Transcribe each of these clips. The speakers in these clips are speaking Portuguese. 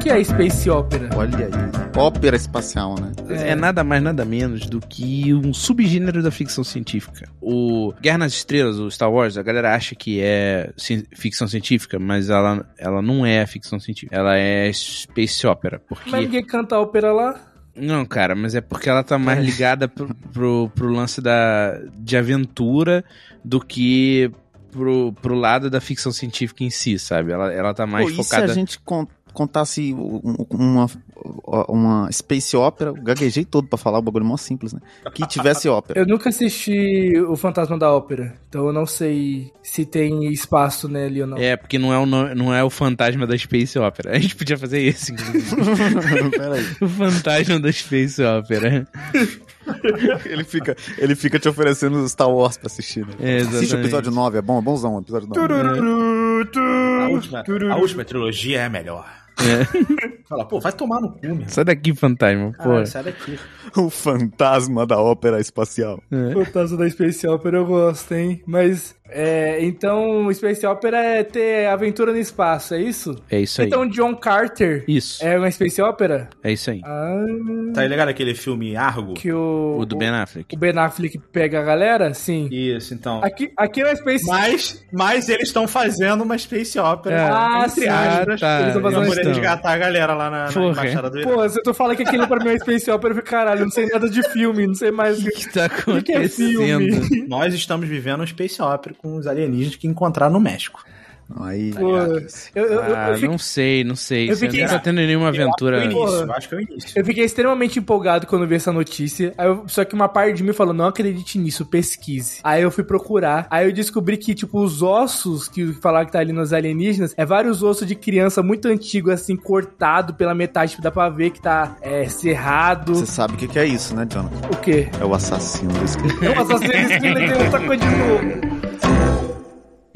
que é Space Opera? Olha aí. né? Ópera espacial, né? É. nada mais, nada menos do que um subgênero da ficção científica. O Guerra nas Estrelas, o Star Wars, a galera acha que é ci- ficção científica, mas ela, ela não é ficção científica. Ela é space opera. Porque... Mas ninguém canta ópera lá? Não, cara, mas é porque ela tá mais ligada pro, pro, pro lance da, de aventura do que pro, pro lado da ficção científica em si, sabe? Ela, ela tá mais Pô, é E se focada. a gente con- contasse um- um- uma, uma space opera, eu gaguejei todo pra falar o bagulho mó simples, né? Que tivesse ópera. Eu nunca assisti O Fantasma da Ópera, então eu não sei se tem espaço nele ou não. É, porque não é, o, no- não é o fantasma da Space Opera. A gente podia fazer isso, inclusive. Peraí. o fantasma da Space Opera. Ele fica, ele fica te oferecendo Star Wars pra assistir, né? É, Assiste o exatamente. episódio 9, é bom, é bonzão o episódio 9. A última, a última trilogia é a melhor. É. Fala, pô, vai tomar no cu, meu. Sai daqui, fantasma, pô. Caralho, sai daqui. O fantasma da ópera espacial. É. Fantasma da Space Opera eu gosto, hein? Mas, é, então, Space Opera é ter aventura no espaço, é isso? É isso aí. Então, John Carter Isso, é uma Space Opera? é isso aí. Ah, Tá ligado aquele filme Argo? que o, O do Ben Affleck. o Ben Affleck pega a galera? Sim. Isso, então. Aqui, aqui é uma Space Mas, mas eles estão fazendo uma space É. opera. Ah, entre sim. aspas, Ah, tá. Eles vão Eles poder estão. resgatar a galera lá na, na Porra. embaixada do Irã. Pô, se tu fala que aquilo pra mim é Space Opera, eu fico, caralho, eu não sei nada de filme, não sei mais o O que, que tá o que é acontecendo? filme. Nós estamos vivendo um space opera com os alienígenas que encontraram no México. Aí, Tá Pô, Eu, eu- eu- Ah, eu fico- não sei, não sei. Eu Você fiquei- não tá tendo nenhuma aventura. Eu acho que é o início, Porra. eu acho que é o início. eu fiquei extremamente empolgado quando eu vi essa notícia. Aí eu- só que uma parte de mim falou: não acredite nisso, pesquise. Aí eu fui procurar. Aí eu descobri que, tipo, os ossos que falaram que tá ali nos alienígenas é vários ossos de criança muito antigo, assim, cortado pela metade, tipo, dá pra ver que tá é, cerrado. você sabe o que, que é isso, né, Jonathan? O quê? É o assassino do escritor. É um assassino ele tem outra coisa de novo.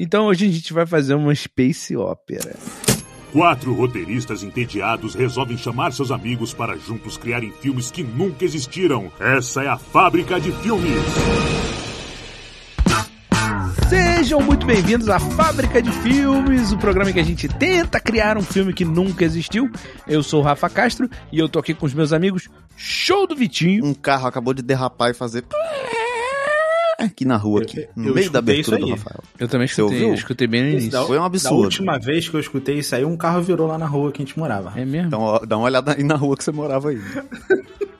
Então hoje a gente vai fazer uma space opera. Quatro roteiristas entediados resolvem chamar seus amigos para juntos criarem filmes que nunca existiram. Essa é a fábrica de filmes. Sejam muito bem-vindos à Fábrica de Filmes, o programa em que a gente tenta criar um filme que nunca existiu. Eu sou o Rafa Castro e eu tô aqui com os meus amigos Show do Vitinho. Um carro acabou de derrapar e fazer. Aqui na rua, aqui. Eu- eu No meio da escutei isso abertura do aí. Rafael. Eu também Você escutei, ouviu? escutei bem no Esse da- início. Foi um Da absurdo. última vez que eu escutei isso aí, um carro virou lá na rua que a gente morava. É mesmo? Então, ó, dá uma olhada aí na rua que você morava aí.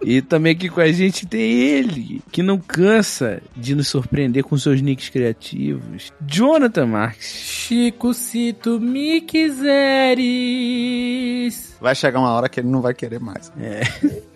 E também aqui com a gente tem ele, que não cansa de nos surpreender com seus nicks criativos, Jonathan Marques. Chico, se tu me quiseres. Vai chegar uma hora que ele não vai querer mais.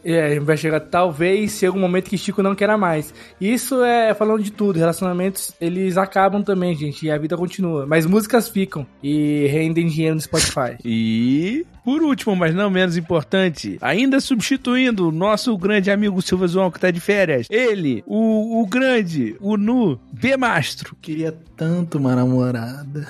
É, vai chegar talvez, chega um momento que Chico não queira mais. Isso é falando de tudo, relacionamentos eles acabam também, gente, e a vida continua. Mas músicas ficam e rendem dinheiro no Spotify. E, por último, mas não menos importante, ainda substituindo o nosso grande amigo Silva Zoão, que tá de férias, ele, o, o grande, o nu, Bemastro. Eu queria tanto uma namorada.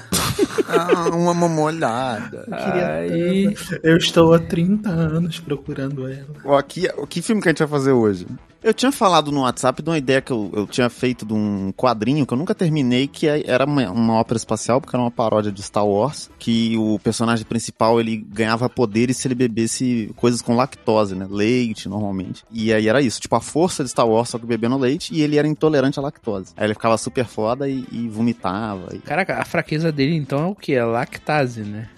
Ah, uma mamolhada. Aí, Eu estou há 30 anos procurando ela. Ó, aqui, ó, que filme que a gente vai fazer hoje? Eu tinha falado no WhatsApp de uma ideia que eu, eu tinha feito de um quadrinho que eu nunca terminei, que é- era uma, uma ópera espacial, porque era uma paródia de Star Wars, que o personagem principal, ele ganhava poderes se ele bebesse coisas com lactose, né? Leite, normalmente. E aí era isso, tipo, a força de Star Wars, só que bebendo leite, e ele era intolerante à lactose. Aí ele ficava super foda e, e vomitava, e Caraca, a fraqueza dele então é o que? É lactase, né?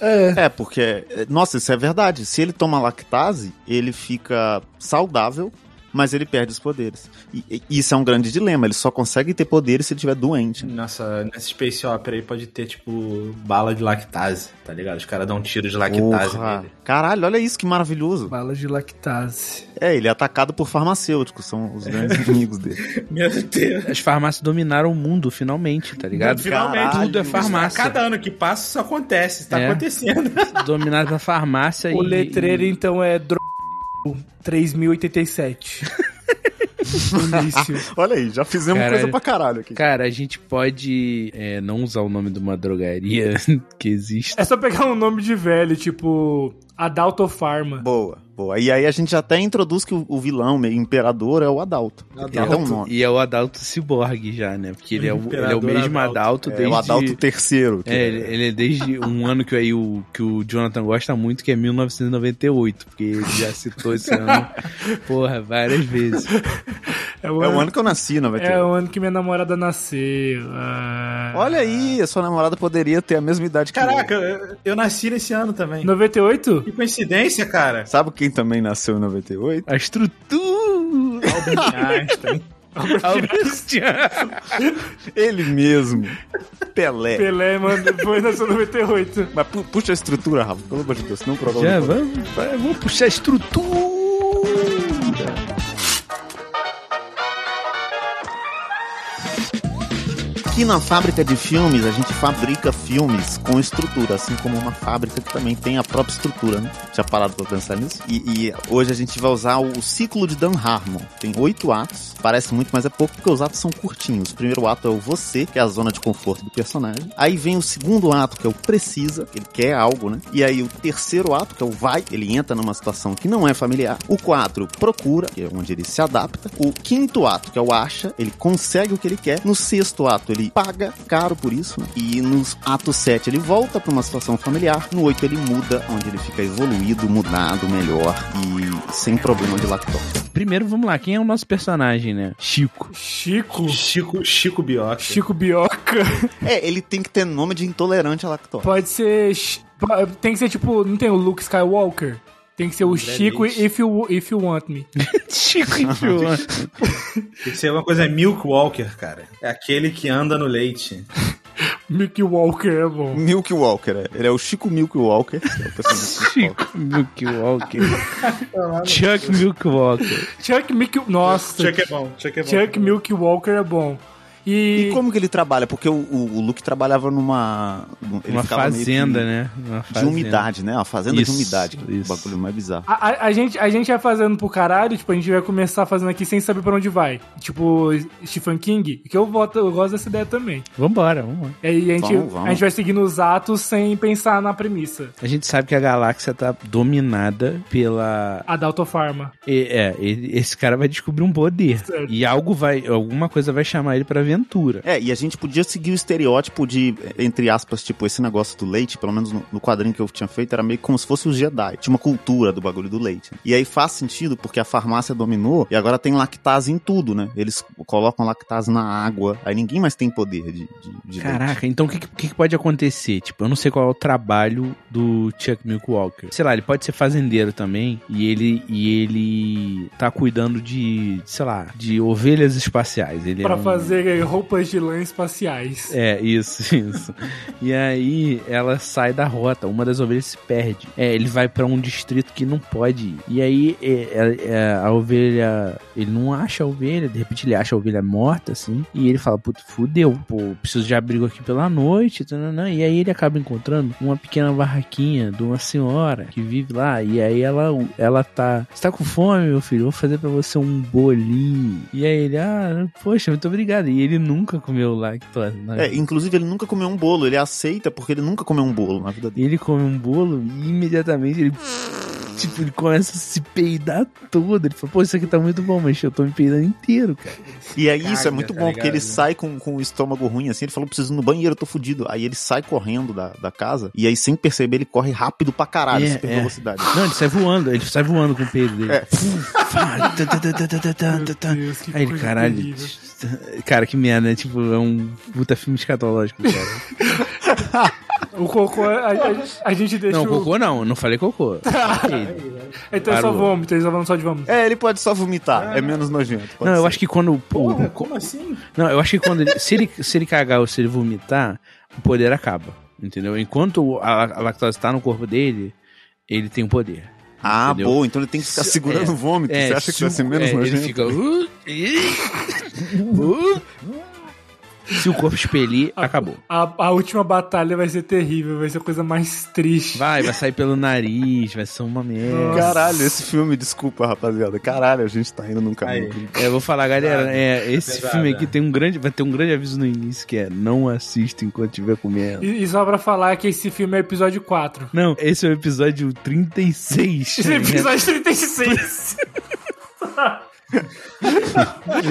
É, porque. é, Nossa, isso é verdade. Se ele toma lactase, ele fica saudável, mas ele perde os poderes. E, e isso é um grande dilema. Ele só consegue ter poderes se ele estiver doente. né? Nessa, nessa Space Opera aí pode ter, tipo, bala de lactase, tá ligado? Os caras dão um tiro de lactase Porra. nele. Caralho, olha isso, que maravilhoso. balas de lactase. É, ele é atacado por farmacêuticos, são os grandes inimigos dele. Meu Deus. As farmácias dominaram o mundo, finalmente, tá ligado? Finalmente. Tudo é farmácia. Cada ano que passa isso acontece, tá É. acontecendo. Dominaram a farmácia O e- letreiro e... então é dro... 3087. Início. olha aí, já fizemos Caralho. coisa pra caralho aqui. Cara, a gente pode é, não usar o nome de uma drogaria que existe. É só pegar um nome de velho, tipo Adalto Pharma. Boa, boa. E aí a gente até introduz que o, o vilão, meio imperador, é o Adalto. Tem até um Adalto. nome. E é o Adalto Ciborgue já, né? Porque ele é o, ele é o Imperador mesmo Adalto, É desde... o Adalto terceiro. que- É, ele, ele é desde um ano que, aí o, que o Jonathan gosta muito, que é 1998, porque ele já citou esse ano, porra, várias vezes. É o É o ano, ano que eu nasci, na é verdade. o ano que minha namorada nasceu. Ah. Olha aí, a sua namorada poderia ter a mesma idade que Caraca, eu- eu nasci nesse ano também. 98? Que coincidência, cara. eu. Sabe quem também nasceu em 98? A estrutura... Albert Einstein. Ele mesmo. Pelé. Pelé, mano, foi nasceu em 98. Mas pu- puxa a estrutura, Rafa, pelo amor de Deus, senão o programa Já, não programa. vamos, vai, vamos puxar a estrutura... Aqui na fábrica de filmes, a gente fabrica filmes com estrutura, assim como uma fábrica que também tem a própria estrutura, né? Já parado pra pensar nisso? E, e hoje a gente vai usar o ciclo de Dan Harmon. Tem oito atos, parece muito, mas é pouco porque os atos são curtinhos. O primeiro ato é o você, que é a zona de conforto do personagem. Aí vem o segundo ato, que é o precisa, que ele quer algo, né? E aí o terceiro ato, que é o vai, ele entra numa situação que não é familiar. O quatro, procura, que é onde ele se adapta. O quinto ato, que é o acha, ele consegue o que ele quer. No sexto ato, ele paga caro por isso. né? E no ato sete ele volta pra uma situação familiar. No oito ele muda, onde ele fica evoluído, mudado, melhor e sem problema de lactose. Primeiro, vamos lá, quem é o nosso personagem, né? Chico. Chico? Chico, Chico Bioca. Chico Bioca? É, ele tem que ter nome de intolerante à lactose. Pode ser. Chi- pa- Tem que ser tipo. Não tem o Luke Skywalker? Tem que ser o André Chico Leite. if you, if you Want Me. Chico e Joana. Tem que ser uma coisa é Milk Walker, cara. É aquele que anda no leite. Mickey Walker é bom. Milk Walker, é. ele é o Chico Milk Walker. que é o personagem principal. Chico Milkwalker. Chuck Milkwalker. Chuck Mickey. Nossa. Chuck é bom, Chuck é bom. Chuck Milky Walker é bom. E. E como que ele trabalha? Porque o, o, o Luke trabalhava numa. Ele Uma ficava meio que fazenda, né? Uma De umidade, né? Uma fazenda Isso, de umidade. Que é isso. O bagulho mais bizarro. A, a- a gente, a gente vai fazendo pro caralho, tipo, a gente vai começar fazendo aqui sem saber pra onde vai. Tipo, Stephen King, que eu, voto, eu gosto dessa ideia também. Vambora, vambora. E aí a gente, Vamos, vamos. a gente vai seguindo os atos sem pensar na premissa. A gente sabe que a galáxia tá dominada pela. Adalto Pharma. e- É, ele- esse cara vai descobrir um poder. Certo. E algo vai. Alguma coisa vai chamar ele pra aventura. É, e a gente podia seguir o estereótipo de, entre aspas, tipo, esse negócio do leite, pelo menos no, no quadrinho que eu tinha feito, era meio como se fosse os Jedi. Tinha uma cultura do bagulho do leite. E aí faz sentido porque a farmácia dominou e agora tem lactase em tudo, né? Eles colocam lactase na água, aí ninguém mais tem poder de, de, de leite. Caraca, então o que, que- o que que pode acontecer? Tipo, eu não sei qual é o trabalho do Chuck Milkwalker. Sei lá, ele pode ser fazendeiro também e ele e ele tá cuidando de, sei lá, de ovelhas espaciais. Ele Pra é um- fazer eh, roupas de lã espaciais. É, isso, isso. e aí ela sai da rota, uma das ovelhas se perde. É, ele vai pra um distrito que não pode ir. E aí é, é, é, a ovelha, ele não acha a ovelha, de repente ele acha a ovelha morta, assim, e ele fala, puto, fudeu, pô, preciso de abrigo aqui pela noite, tananã. e aí ele acaba encontrando uma pequena barraquinha de uma senhora que vive lá, e aí ela, ela tá, você tá com fome, meu filho, vou fazer pra você um bolinho. E aí ele, ah, poxa, muito obrigado. E ele nunca comeu lactose. na É, inclusive ele nunca comeu um bolo, ele aceita porque ele nunca comeu um bolo na vida dele. ele come um bolo e imediatamente ele. Tipo, ele começa a se peidar todo. Ele fala, pô, isso aqui tá muito bom, mas eu tô me peidando inteiro, cara. E aí isso é Caga, muito tá bom, porque ligado, ele né? sai com, com o estômago ruim, assim, ele falou, preciso ir no banheiro, eu tô fudido. Aí ele sai correndo da, da casa, e aí sem perceber ele corre rápido pra caralho, É, super é. velocidade. Não, ele sai voando, ele sai voando com o peido dele. É. Fá, tá, tá, tá, tá, tá, tá, tá, tá. Deus, que Aí ele, coisa caralho. terrível. Cara, que merda, né? Tipo, é um puta filme escatológico, cara. O cocô, a, a- a gente deixa Não, o... cocô não, eu não falei cocô. Peido. Então é só Parou. vômito, eles vão só de vômito. É, ele pode só vomitar, é menos nojento. Não, eu acho que quando. o- Porra, como assim? Não, eu acho que quando ele, se ele. Se ele cagar ou se ele vomitar, o poder acaba. Entendeu? Enquanto a, a lactose tá no corpo dele, ele tem o poder. Ah, entendeu? boa, então ele tem que ficar Se- segurando é, o vômito, você acha que se vai o- ser menos é, nojento? Ele fica. "Uh, ih, uh", Se o corpo expelir, acabou. A, a última batalha vai ser terrível, vai ser a coisa mais triste. Vai, vai sair pelo nariz, vai ser uma merda. Caralho, esse filme, desculpa, rapaziada. Caralho, a gente tá indo num caminho. que- É, Eu vou falar, galera, é, esse Pesado, filme aqui é. tem um grande, vai ter um grande aviso no início que é não assista enquanto estiver comendo. E, e só pra falar que esse filme é episódio 4. Não, esse é o episódio 36. Esse é episódio 36.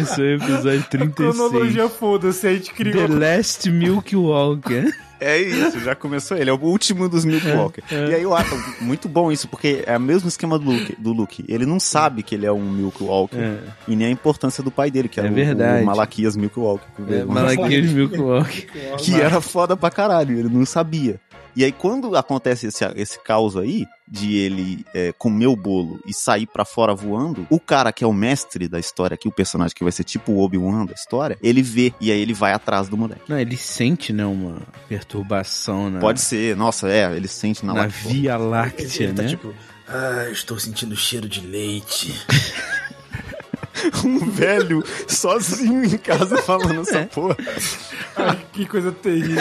Esse é o episódio 36. Cronologia foda-se, a gente criou. The Last Milk Walker. É isso, já começou ele. É o último dos Milkwalker. É, E aí eu acho muito bom isso, porque é o mesmo esquema do Luke. Do Luke. Ele não sabe que ele é um Milkwalker É, e nem a importância do pai dele, que era É o- verdade. o Malaquias Milkwalker. é Malaquias Milk Walker. que era foda pra caralho, ele não sabia. E aí, quando acontece esse, esse caos aí, de ele é, comer o bolo e sair pra fora voando, o cara que é o mestre da história aqui, o personagem que vai ser tipo o Obi-Wan da história, ele vê e aí ele vai atrás do moleque. Não, ele sente, né, uma perturbação na, Pode ser, nossa, é, ele sente na, na lá- Via Láctea, Ele tá né? tipo, ah, estou sentindo cheiro de leite. Um velho sozinho em casa falando É. essa porra. Ai, que coisa terrível.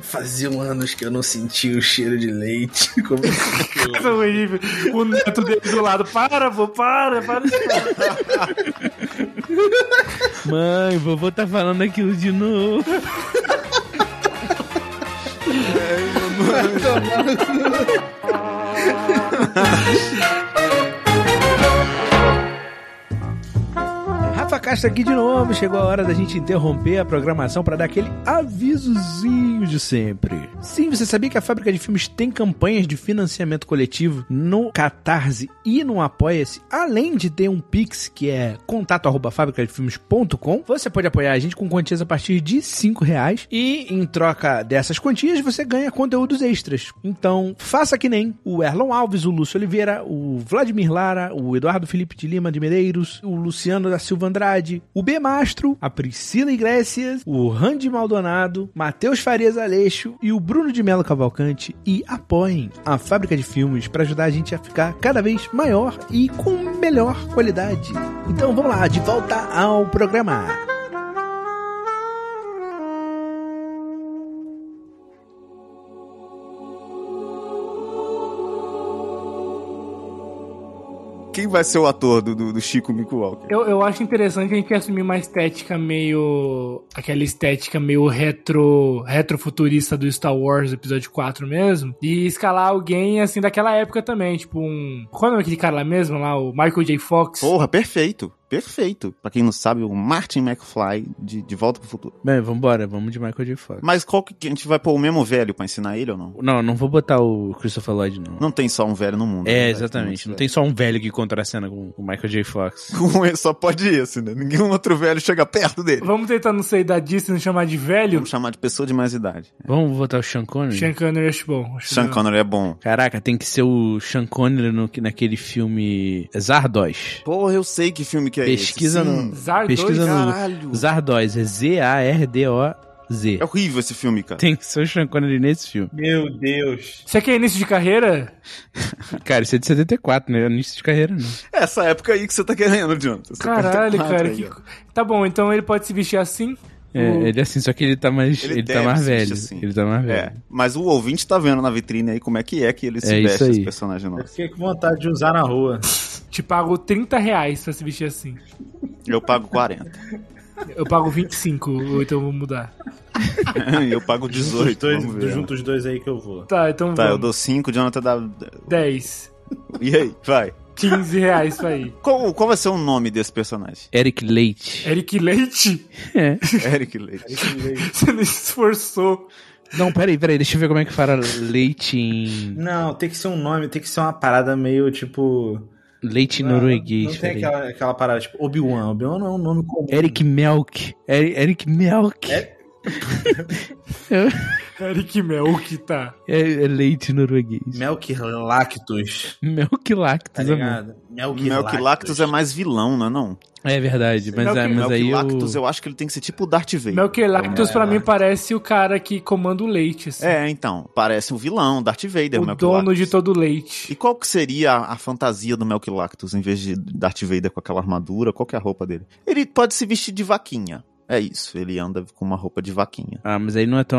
Faziam um anos que eu não sentia o cheiro de leite. Como... Que coisa horrível. O neto dele do lado. Para, vô, para, para. Mãe, vovô tá falando aquilo de novo. Rafa Castro aqui de novo. Chegou a hora da gente interromper a programação para dar aquele avisozinho de sempre. Sim, você sabia que a Fábrica de Filmes tem campanhas de financiamento coletivo no Catarse e no Apoia-se, além de ter um Pix que é contato@fabricadefilmes.com. Você pode apoiar a gente com quantias a partir de 5 reais e em troca dessas quantias você ganha conteúdos extras. Então, faça que nem o Erlon Alves, o Lúcio Oliveira, o Vladimir Lara, o Eduardo Felipe de Lima de Medeiros, o Luciano da Silva Andrade, o B Mastro, a Priscila Iglesias, o Randy Maldonado, Matheus Farias Aleixo e o Bruno de Melo Cavalcante e apoiem a Fábrica de Filmes para ajudar a gente a ficar cada vez maior e com melhor qualidade. Então vamos lá, de volta ao programa. Quem vai ser o ator do, do, do Chico Milkwalker? Eu, eu acho interessante que a gente assumir uma estética meio. aquela estética meio retro. retrofuturista do Star Wars, episódio 4 mesmo. E escalar alguém assim daquela época também. Tipo um. Qual é o nome daquele cara lá mesmo? Lá, o Michael J. Fox. Porra, perfeito, perfeito. Pra quem não sabe, o Martin McFly de, de Volta pro Futuro. Bem, vambora, vamos de Michael J. Fox. Mas qual que que a gente vai pôr o mesmo velho pra ensinar ele ou não? Não, não vou botar o Christopher Lloyd, não. Não tem só um velho no mundo. É, né? exatamente. Não Vai ter tem só um velho que contracena com o Michael J. Fox. muitos velhos. é, Só pode esse, né? Ninguém outro velho chega perto dele. Vamos tentar não ser idadista e não chamar de velho? Vamos chamar de pessoa de mais idade. Vamos botar o Sean Connery? Sean Connery acho bom. Acho Sean bom. Connery é bom. Caraca, tem que ser o Sean Connery no- naquele filme Zardoz. Porra, eu sei que filme que é Pesquisa esse. no- Sim. Zardoz, Pesquisa no- Caralho. Zardoz, é Z-A-R-D-O-Z. É horrível esse filme, cara. Tem que ser o Sean Connery nesse filme. Meu Deus. Isso aqui é início de carreira? Cara, isso é de 74, né? Não é início de carreira, não. É Essa época aí que você tá querendo, Jonathan. Essa Caralho, 44 cara. aí, que ó. co- Tá bom, então ele pode se vestir assim? É, O- ele é assim, só que ele tá mais, Ele ele tá deve mais se vestir velho. assim. Ele tá mais É, velho. mas o ouvinte tá vendo na vitrine aí como é que é que ele se É isso veste, esse aí. personagem Eu nosso. fiquei com vontade de usar na rua. Te pago 30 reais pra se vestir assim. Eu pago 40. Eu pago 25, ou então eu vou mudar. eu pago Junta os 18, dois, vamos ver. junta os dois aí que eu vou. Tá, então Tá, eu vamos. dou 5, Jonathan dá... 10, E aí, vai. 15 reais pra ir. Qual, qual vai ser o nome desse personagem? Eric Leite. Eric Leite? É. Eric Leite. Você nem se esforçou. Não, peraí, peraí, deixa eu ver como é que fala leite em. Não, tem que ser um nome, tem que ser uma parada meio tipo. Leite Não, norueguês. Não tem peraí. aquela, aquela parada tipo Obi-Wan. Obi-Wan não é um nome comum. Eric Melk. Eri- Eric Melk. É, Eric Melk, tá. é leite norueguês. Melkir Lactus. Melk Tá Lactus, amor. ligado? Melkir Melk Lactus é mais vilão, não é não? É verdade, mas, Melk- é, mas aí. Melk eu- Lactus, eu acho que ele tem que ser tipo o Darth Vader. Melk Lactus é pra mim parece o cara que comanda o leite, assim. É, então, parece um vilão, Darth Vader, o Melk dono Lactus. de todo o leite. E qual que seria a, a fantasia do Melk Lactus, em vez de Darth Vader com aquela armadura, qual que é a roupa dele? Ele pode se vestir de vaquinha. É isso, ele anda com uma roupa de vaquinha. Ah, mas aí não é tão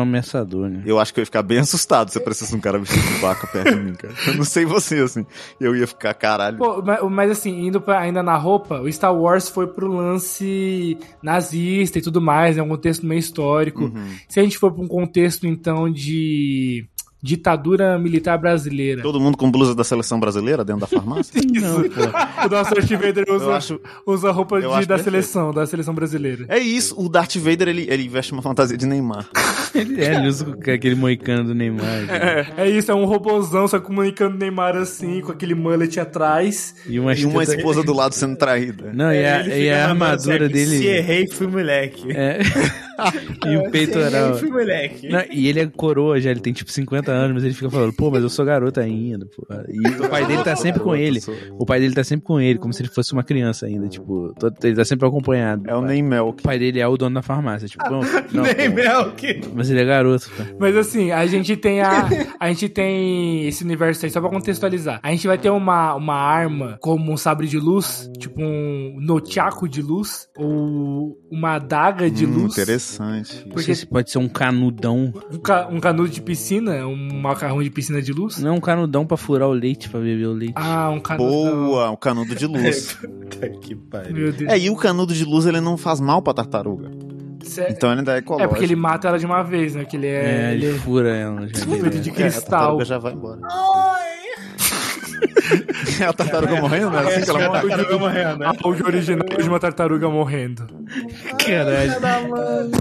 ameaçador, né? Eu acho que eu ia ficar bem assustado se aparecesse um cara vestido de vaca perto de mim, cara. Eu não sei você, assim. Eu ia ficar, caralho. Pô, mas, mas assim, indo pra- ainda na roupa, o Star Wars foi pro lance nazista e tudo mais, né? Um contexto meio histórico. Uhum. Se a gente for pra um contexto, então, de ditadura militar brasileira. Todo mundo com blusa da seleção brasileira dentro da farmácia? Não, pô. O nosso Darth Vader Eu usa, acho. usa roupa eu de- acho da perfeito. seleção, da seleção brasileira. É isso, o Darth Vader ele, ele veste uma fantasia de Neymar. Ele é, ele usa aquele moicano do Neymar. né? cara. É isso, é um robozão só comunicando Neymar assim, com aquele mullet atrás. E uma, E uma esteta- esposa do lado sendo traída. Não, e a, e a armadura Se dele. errei, fui moleque. É. É, e o peitoral. Se errei, fui moleque. Não, e ele é coroa já, ele tem tipo 50 anos, mas ele fica falando, pô, mas eu sou garota ainda, pô. E o pai dele tá sempre com ele. O pai dele tá sempre com ele, como se ele fosse uma criança ainda, tipo, todo- ele tá sempre acompanhado. É o pai. Neymel. O pai dele é o dono da farmácia, tipo, não, não, Nem pô, Melk. mas ele é garoto, pô. Mas assim, a gente tem a. A gente tem esse universo aí, só pra contextualizar. A gente vai ter uma, uma arma como um sabre de luz, tipo um nochaco de luz, ou uma adaga de Hum, luz. interessante. Não sei se pode ser um canudão. Um, ca- um canudo de piscina, um macarrão de piscina de luz. Não, um canudão pra furar o leite, pra beber o leite. Ah, um canudo. Boa, o canudo de luz. Puta que pariu. Meu Deus. É, e o canudo de luz ele não faz mal pra tartaruga. Cê- É, Então ele ainda é ecológico. porque ele mata ela de uma vez, né? Que ele é. É, ele é ele fura ela. já dele, feito né? de É, a cristal. tartaruga já vai embora. É a tartaruga morrendo, né? Assim que ela morre. Tartaruga morrendo, né? Áudio original de uma tartaruga morrendo. Caralho.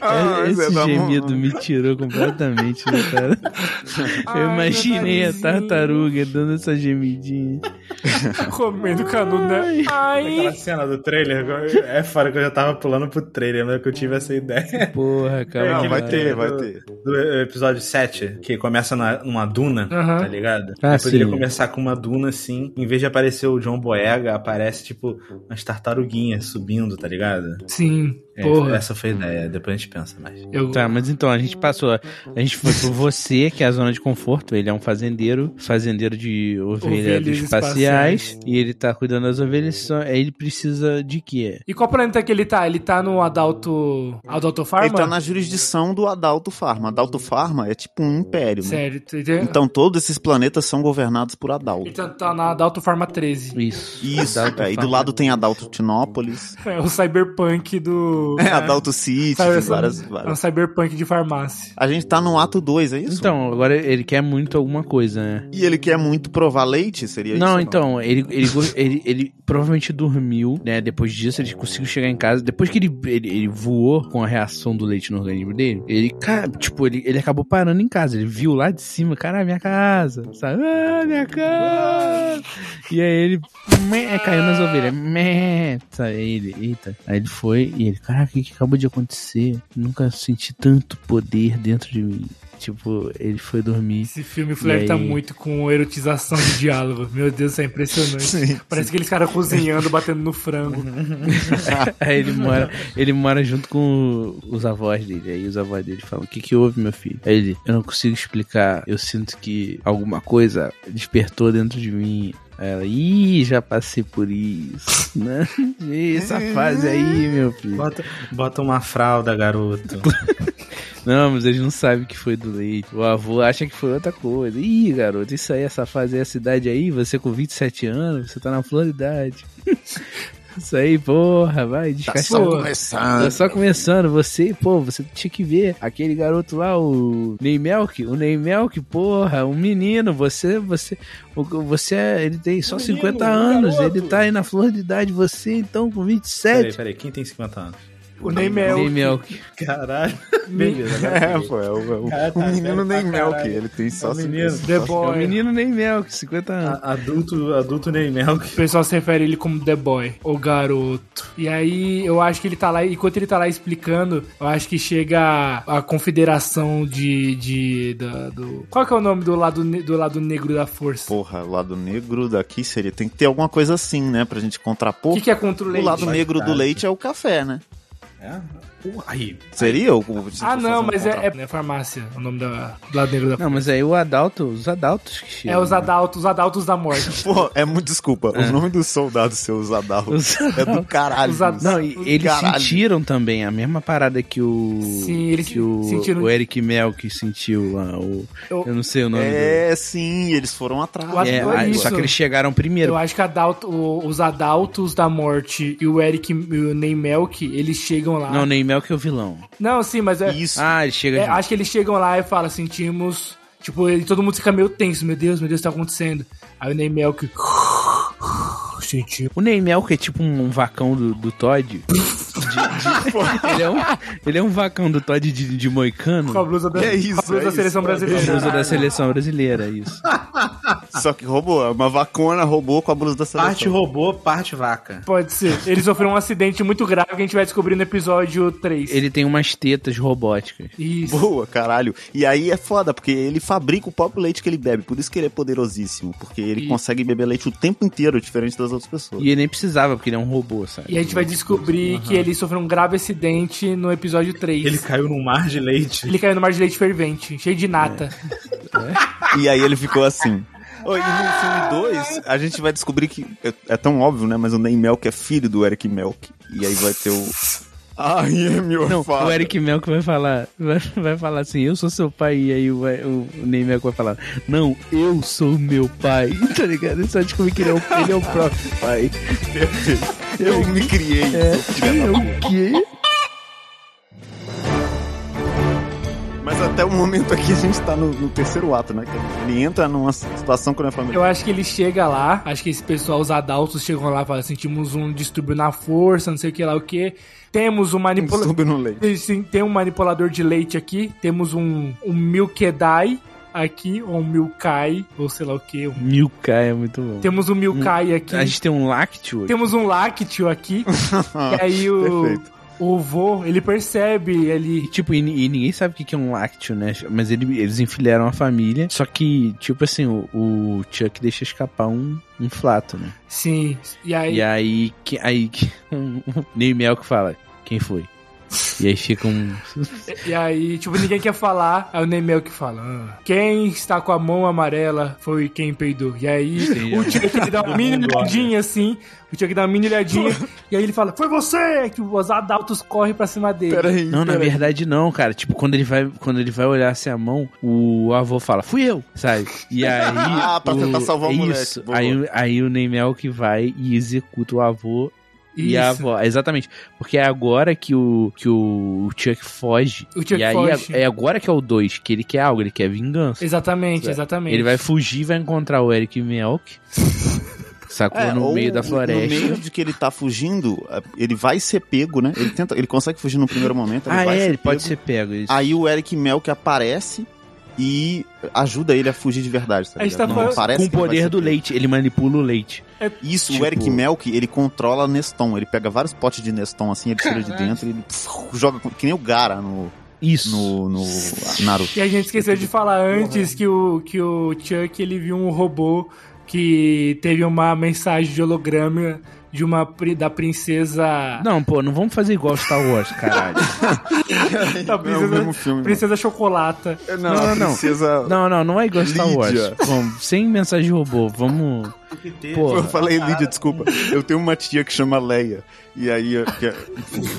Ah, É Esse Zé da gemido mão. me tirou completamente, né, cara? Ai, Eu meu imaginei a narizinho. tartaruga dando essa gemidinha. Comendo canudo, né? Aquela Ai. cena do trailer, é fora que eu já tava pulando pro trailer, mas é que eu tive essa ideia. Porra, cara. Não, aquele vai ter, trailer vai do- ter. Do episódio 7, que começa na- numa duna, Aham. tá ligado? Ah, Eu poderia sim. começar com uma duna assim, em vez de aparecer o John Boyega, aparece tipo umas tartaruguinhas subindo, tá ligado? Sim, É, porra. Essa foi a ideia, depois a gente pensa mais. Eu... Tá, mas então a gente passou. A gente foi pro você, que é a zona de conforto. Ele é um fazendeiro, fazendeiro de ovelhas, Ovelhas espaciais, espaciais. E ele tá cuidando das ovelhas. Só, aí ele precisa de quê? E qual planeta que ele tá? Ele tá no Adalto. Adalto Farma? Ele tá na jurisdição do Adalto Farma. Adalto Farma é tipo um império, né? Sério, tu entendeu? Então todos esses planetas são governados por Ele Adalto. tá, tá na Adalto Farma 13. Isso. Isso, Dá pra é, e do falar. lado tem Adalto Tinópolis, É o cyberpunk do. é, Adalto City, Sabe, tem essa- várias, É um várias. cyberpunk de farmácia. A gente tá no ato 2, é isso? Então, agora ele quer muito alguma coisa, né? E ele quer muito provar leite, seria isso? Não, ou então, ele, ele, go- ele, ele provavelmente dormiu, né? Depois disso, ele conseguiu chegar em casa. Depois que ele, ele, ele voou com a reação do leite no organismo dele, ele, ca- tipo, ele, ele acabou parando em casa. Ele viu lá de cima, caralho, minha casa. Sabe? Ah, minha casa! E aí ele meh, caiu nas ovelhas. Meh, sabe? Aí ele, eita. Aí ele foi e ele, caraca, o que que acabou de acontecer? Nunca senti tanto poder dentro de mim. Tipo, ele foi dormir. Esse filme flerta aí? muito com erotização de diálogo. Meu Deus, isso é impressionante. Sim. Uhum. Parece aqueles caras cozinhando, batendo no frango. Aí É, ele mora, ele mora junto com o- os avós dele. Aí os avós dele falam: O que, que houve, meu filho? Aí ele: Eu não consigo explicar. Eu sinto que alguma coisa despertou dentro de mim. Aí ela: Ih, já passei por isso. Né? Ih, Essa fase aí, meu filho. Bota, bota uma fralda, garoto. Não, mas eles não sabem que foi do leite. O avô acha que foi outra coisa. Ih, garoto, isso aí, essa fase aí, essa idade aí, você com 27 anos, você tá na flor da idade. Isso aí, porra, vai, Tá descastar. só Pô, começando. Tá só começando, você, pô, você tinha que ver aquele garoto lá, o Neymelk, o Neymelk, porra, um menino, você, você, o- você, é- ele tem Um só Menino, 50 anos, garoto. ele tá aí na flor de idade, você então com 27. Peraí, peraí, quem tem 50 anos? O Neymel. É Neymelk. Caralho. É, pô, é o, é o- Cara, tá o menino velho pra nem mel que caralho. ele tem só É um menino. cinco- The É o Boy. menino Neymelk, 50 anos. A- Adulto, adulto Ney Melk. O pessoal se refere a ele como The Boy, o garoto. E aí eu acho que ele tá lá, enquanto ele tá lá explicando, eu acho que chega a, a confederação de. de da- do, qual que é o nome do lado, ne- do lado negro da força? Porra, o lado negro daqui seria. Tem que ter alguma coisa assim, né? Pra gente O contrapor. que, que é contra o o leite? lado negro do Verdade. leite é o café, né? É? Porra, aí. Seria? o- o- Ah, não, mas é, um contrato? é, é farmácia o nome da, do lado negro da Não, mas aí o Adalto, os Adaltos que Ah. É né? chegam. os adultos, os adultos da morte. Pô, é muito desculpa. O nome dos soldados seus Adalto Os- é do caralho. Os Adalto. Não, e eles Caralho. sentiram também a mesma parada que o. Sim, eles que o, sentiram- o Eric Mel que sentiu lá. O, Eu- eu não sei o nome dele. É, sim, eles foram atrás. Eu acho É, que foi aí- isso. só que eles chegaram primeiro. Eu acho que adulto, o- os adultos da morte e o Eric e o Neymelk, eles chegam lá. Não, Não, nem Mel que é o vilão. sim, mas é, Isso. Ah, ele chega é, de acho que eles chegam lá e falam, sentimos. Tipo, ele, todo mundo fica meio tenso, meu Deus, meu Deus, tá acontecendo. Aí o Neymelk. Sentiu. O Neymel, que é tipo um, um vacão do, do Todd. De- de- ele, é um, ele é um vacão do Todd de, de moicano. Com a blusa da, É isso, com a blusa é da seleção isso. brasileira. Famoso da seleção brasileira, isso. Só que roubou. é Uma vacona roubou com a blusa da seleção. Parte robô, parte vaca. Pode ser. Ele sofreu um acidente muito grave que a gente vai descobrir no episódio 3. Ele tem umas tetas robóticas. Isso. Boa, caralho. E aí é foda, porque ele fabrica o próprio leite que ele bebe. Por isso que ele é poderosíssimo. Porque ele E- consegue beber leite o tempo inteiro, diferente das outras pessoas. E ele nem precisava, porque ele é um robô, sabe? E a gente vai descobrir que ele sofreu um grave acidente no episódio 3. Ele Ele, caiu num mar de leite. caiu no mar de leite fervente, cheio de nata. E aí ele ficou assim. Ô, E Ah! no filme 2, a gente vai descobrir que. É, é tão óbvio, né? Mas o Ney Melk é filho do Eric Melk. E aí vai ter o. Ai, é meu Não, fado. o Eric Mel que vai falar, vai, vai falar assim, eu sou seu pai, e aí o, o, o Ney Mel que vai falar, não, eu sou meu pai, tá ligado? Eu só descobri que ele é o, ele é o próprio pai. Eu me criei. É. seu filho da Eu o quê? Mas até o momento aqui a gente tá no, no terceiro ato, né? Que Ele entra numa situação é com a família. Eu acho que ele chega lá, acho que esse pessoal, os adultos, chegam lá e falam: sentimos um distúrbio na força, não sei o que lá o que. Temos um manipulador. Soube no leite. Sim, tem um manipulador de leite aqui, temos um, um Milkedai aqui, ou um Milkai, ou sei lá o que. Milka é muito bom. Temos um Milkai aqui. Hum, A gente tem um lácteo. aqui. Temos um Lácteo aqui. e aí o, Perfeito. o vô, ele percebe E, ali. tipo, e, ni- e ninguém sabe o que que é um lácteo, né? Mas ele- eles enfileram a família. Só que, tipo assim, o, o Chuck deixa escapar um, um flato, né? Sim. E aí. E aí, que, aí que, um, Neil Melk fala, quem foi? E aí fica um... E aí, tipo, ninguém quer falar. Aí o Nemel que fala: "Ah, Quem está com a mão amarela foi quem peidou. E aí, Sim, é. o tio que dá uma mini olhadinha assim. O tio que dá uma mini olhadinha. e aí ele fala: Foi você! Que os adultos correm pra cima dele. Peraí. Não, é na verdade não, cara. Tipo, quando ele vai, quando ele vai olhar assim a mão, o avô fala, fui eu, sabe? E aí... Ah, pra tentar salvar o é moleque. isso. Boa. Aí, o- aí o Neymel que vai e executa o avô E a avó, exatamente. Porque é agora que o, que o Chuck foge. O Chuck e aí foge. É, é agora que é o 2, que ele quer algo, ele quer vingança. Exatamente, exatamente. é. Ele vai fugir vai encontrar o Eric Melk. sacou? É, no ou meio da No floresta. meio de que ele tá fugindo, ele vai ser pego, né? Ele, tenta, ele consegue fugir no primeiro momento. Ele ah, vai é, ser ele pode pego. ser pego. Isso. Aí o Eric Melk aparece e ajuda ele a fugir de verdade. Tá A gente ligado? tá falando- Não, parece Com o que ele vai poder ser do pego. leite, ele manipula o leite. Isso, Tipo- o Eric Melk, ele controla Neston. Ele pega vários potes de Neston assim, ele tira de dentro e ele pff, joga com- que nem o Gara no, Isso. no, no Naruto. E a gente esqueceu de falar antes que o, que o Chuck ele viu um robô que teve uma mensagem de holograma de uma pri- da princesa Não, pô, não vamos fazer igual Star Wars, caralho. tá, da É o mesmo princesa, filme. princesa chocolata. Não, não, não, não. Princesa... não, não, não é igual Star Wars. Lídia. Vamos, sem mensagem de robô, vamos. Pô, Eu falei Lídia, desculpa. Eu tenho uma tia que chama Leia. E aí. eu- que é-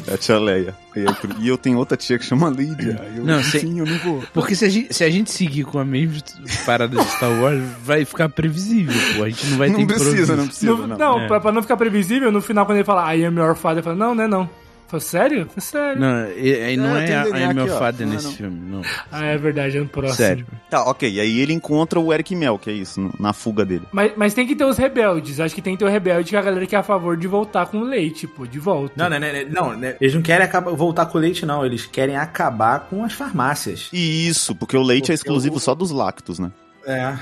é a tia Leia. E eu, e eu tenho outra tia que chama Lídia. Aí eu, Não, sim, sei- eu não vou. Porque se a, gente, se a gente seguir com a mesma parada de Star Wars, vai ficar previsível, pô. A gente não vai ter Não precisa, improviso. não precisa. No- Não, não, é. pra, pra não ficar previsível, no final quando ele fala I am your father, eu falo, não, não é não. Eu falo, sério? É sério. Não, e- e não Não, é, tem a, DNA I'm Your aqui, ó. Father Não é nesse não. filme, não. Ah, é verdade, é no próximo. Sério. Tá, ok. E aí ele encontra o Eric Mel, que é isso, no- na fuga dele. Mas, mas tem que ter os rebeldes. Acho que tem que ter o rebelde que é a galera que é a favor de voltar com o leite, pô, de volta. Não, não, não, não, não, né? eles não querem acabar- voltar com o leite, não. Eles querem acabar com as farmácias. E isso, porque é o leite Porque é exclusivo o- só dos lactos, né? É.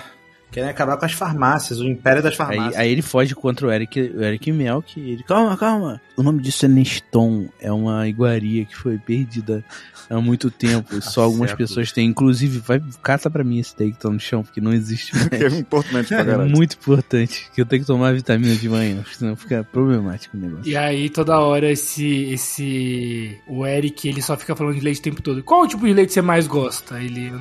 Querem acabar com as farmácias, o império das Ah, Aí, farmácias. aí ele foge contra o Eric, o Eric Melk e ele, calma, calma. O nome disso é Neston, é uma iguaria que foi perdida há muito tempo. Só algumas séculos. pessoas têm. Inclusive, vai cata pra mim esse daí que tá no chão, porque não existe mais. Que é importante pra É caralho. muito importante que eu tenho que tomar vitamina de manhã, porque senão fica problemático o negócio. E aí, toda hora, esse, esse. O Eric, ele só fica falando de leite o tempo todo. Qual o tipo de leite você mais gosta? Ele. Eu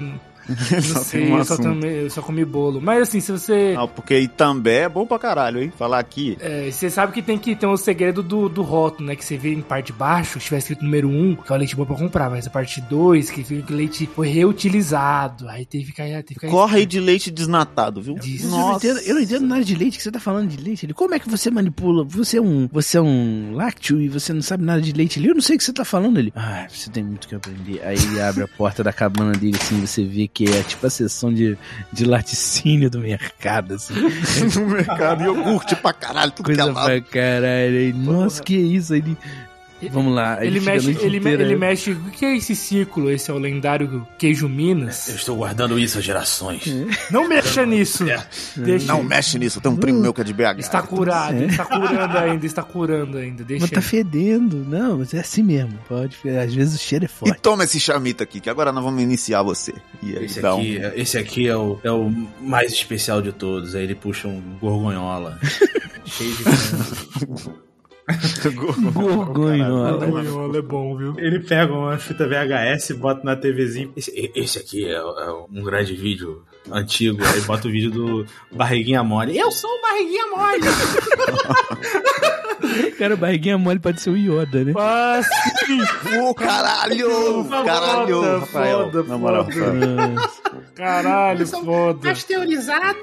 não, não sei, eu, só assunto. tomei- eu só comi bolo. Mas assim, se você. Não, porque Itambé é bom pra caralho, hein? Falar aqui. é, você sabe que tem que ter um segredo do, do rótulo, né? Que você vê em parte de baixo, se tiver escrito número 1, que é o leite bom pra comprar, mas a parte 2, que fica que o leite foi reutilizado. Aí tem que ficar. Tem que ficar Corre de leite desnatado, viu? Diz. Mas eu não, entendo, eu não entendo nada de leite, que você tá falando de leite. Ele, como é que você manipula? Você é um, você é um lácteo e você não sabe nada de leite. Ele, eu não sei o que você tá falando. Ele, ah, você tem muito que aprender. Aí ele abre a porta da cabana dele, assim, você vê que é tipo a sessão de, de laticínio do mercado, assim. no mercado, iogurte pra caralho, tudo que é Coisa lado. pra caralho. Aí, nossa, que isso? Ele, vamos lá. Aí Ele, fica né? a mexe, noite ele, me- inteira- ele mexe. O que é esse círculo? Esse é o lendário queijo É, Eu Minas. estou guardando isso há gerações. Não mexa nisso. Deixa. Não mexe nisso, tem um Uh, primo meu que é de BH. Está curado, está curando ainda, está curando ainda. Deixa. Mas tá fedendo. Não, mas é assim mesmo. Pode, às vezes o cheiro é E forte. toma esse chamito aqui, que agora nós vamos iniciar você. E aí, Esse dá um- aqui, esse aqui é, o, é o mais especial de todos. Aí ele puxa um gorgonhola. cheio de sangue. Gorgonhola. Gorgoniola é bom, viu? Ele pega uma fita VHS e bota na TVzinha. Esse, esse aqui é, é um grande vídeo antigo. Aí bota o vídeo do Barriguinha Mole. Eu sou o Barriguinha Mole! Cara, barriguinha mole pode ser o Yoda, né? Mas, Ô, caralho! Foda, Caralho, Rafael. foda, na moral, foda. Rafael. Ah. caralho, foda. teorizado.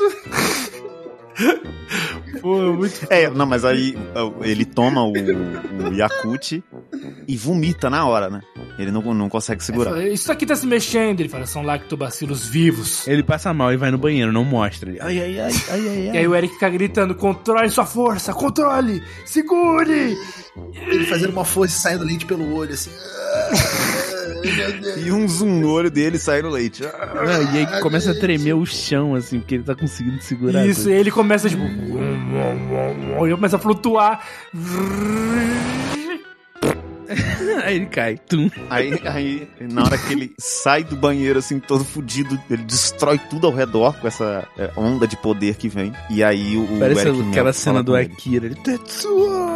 Pô, muito É, não, mas aí ó, ele toma o, o Yakut e vomita na hora, né? Ele não, não consegue segurar. Isso aqui tá se mexendo. Ele fala, são lactobacilos vivos. Ele passa mal e vai no banheiro, não mostra. Ele, Ai, ai, ai, ai, ai, E aí o Eric fica gritando, controle sua força, controle, segure. Ele fazendo uma força e saindo leite pelo olho, assim. É E um zoom no olho dele sai no leite. Ah, Não, e aí começa a tremer o chão, assim, porque ele tá conseguindo segurar. Isso, e ele começa, tipo... E começa a flutuar. tudo. Aí ele cai. Tum. Aí, aí, na hora que ele sai do banheiro, assim, todo fudido, ele destrói tudo ao redor com essa é, onda de poder que vem. E aí o. o Parece Eric Mel aquela fala cena do com ele. Akira. Ele, Tetsuo!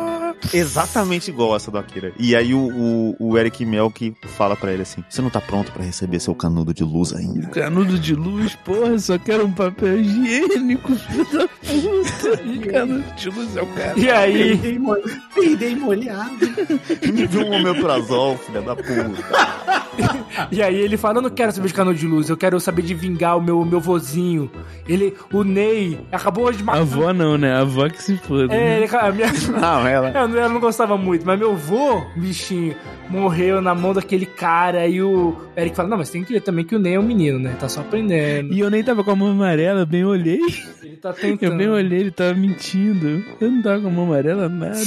Exatamente igual essa do Akira. E aí o, o, o Eric Melk fala pra ele assim: Você não tá pronto pra receber seu canudo de luz ainda. Um Canudo de luz, porra, só quero um papel higiênico, filho da puta. um Canudo de luz é o cara. E aí... Perdei molhado. Me viu um omeprazol, filha da puta. E aí ele fala, eu não quero saber de cano de luz, eu quero saber de vingar o meu, meu vozinho. Ele, o Ney, acabou de A matar... avó não, né? A avó que se foda. né? É, ele, a minha... Não, ela. Eu não, eu não gostava muito, mas meu vô, bichinho, morreu na mão daquele cara e o Eric fala, não, mas tem que ver também que o Ney é um menino, né? Tá só aprendendo. E eu nem tava com a mão amarela, eu bem olhei. Ele tá tentando. Eu bem olhei, ele tava mentindo. Eu não tava com a mão amarela, nada.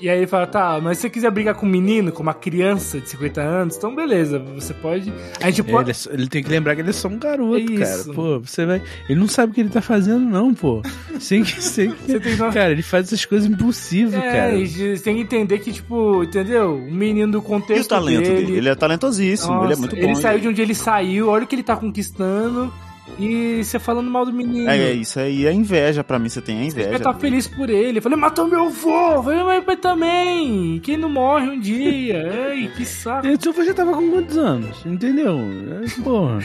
E aí ele fala, tá, mas se você quiser brigar com um menino, com uma criança de 50 anos, então beleza, você pode... A gente É, ele, pode... é só- ele tem que lembrar que ele é só um garoto, Isso. cara. Pô, você vai. Ele não sabe o que ele tá fazendo, não, pô. Sem que. Sem Você que... tem nove- Cara, ele faz essas coisas impossíveis, É, cara. e você tem que entender que, tipo, entendeu? O menino do E contexto o talento dele? Ele é talentosíssimo, ele é Nossa, muito bom. Ele saiu de onde ele saiu, olha o que ele tá conquistando. E você falando mal do menino. É, é, isso aí é inveja, pra mim você tem a Eu inveja. tava feliz por ele. Eu falei, matou meu avô. Eu falei, mas mas também. Quem não morre um dia? Ai, que saco. Ele, você tava com quantos anos? Entendeu? É, porra.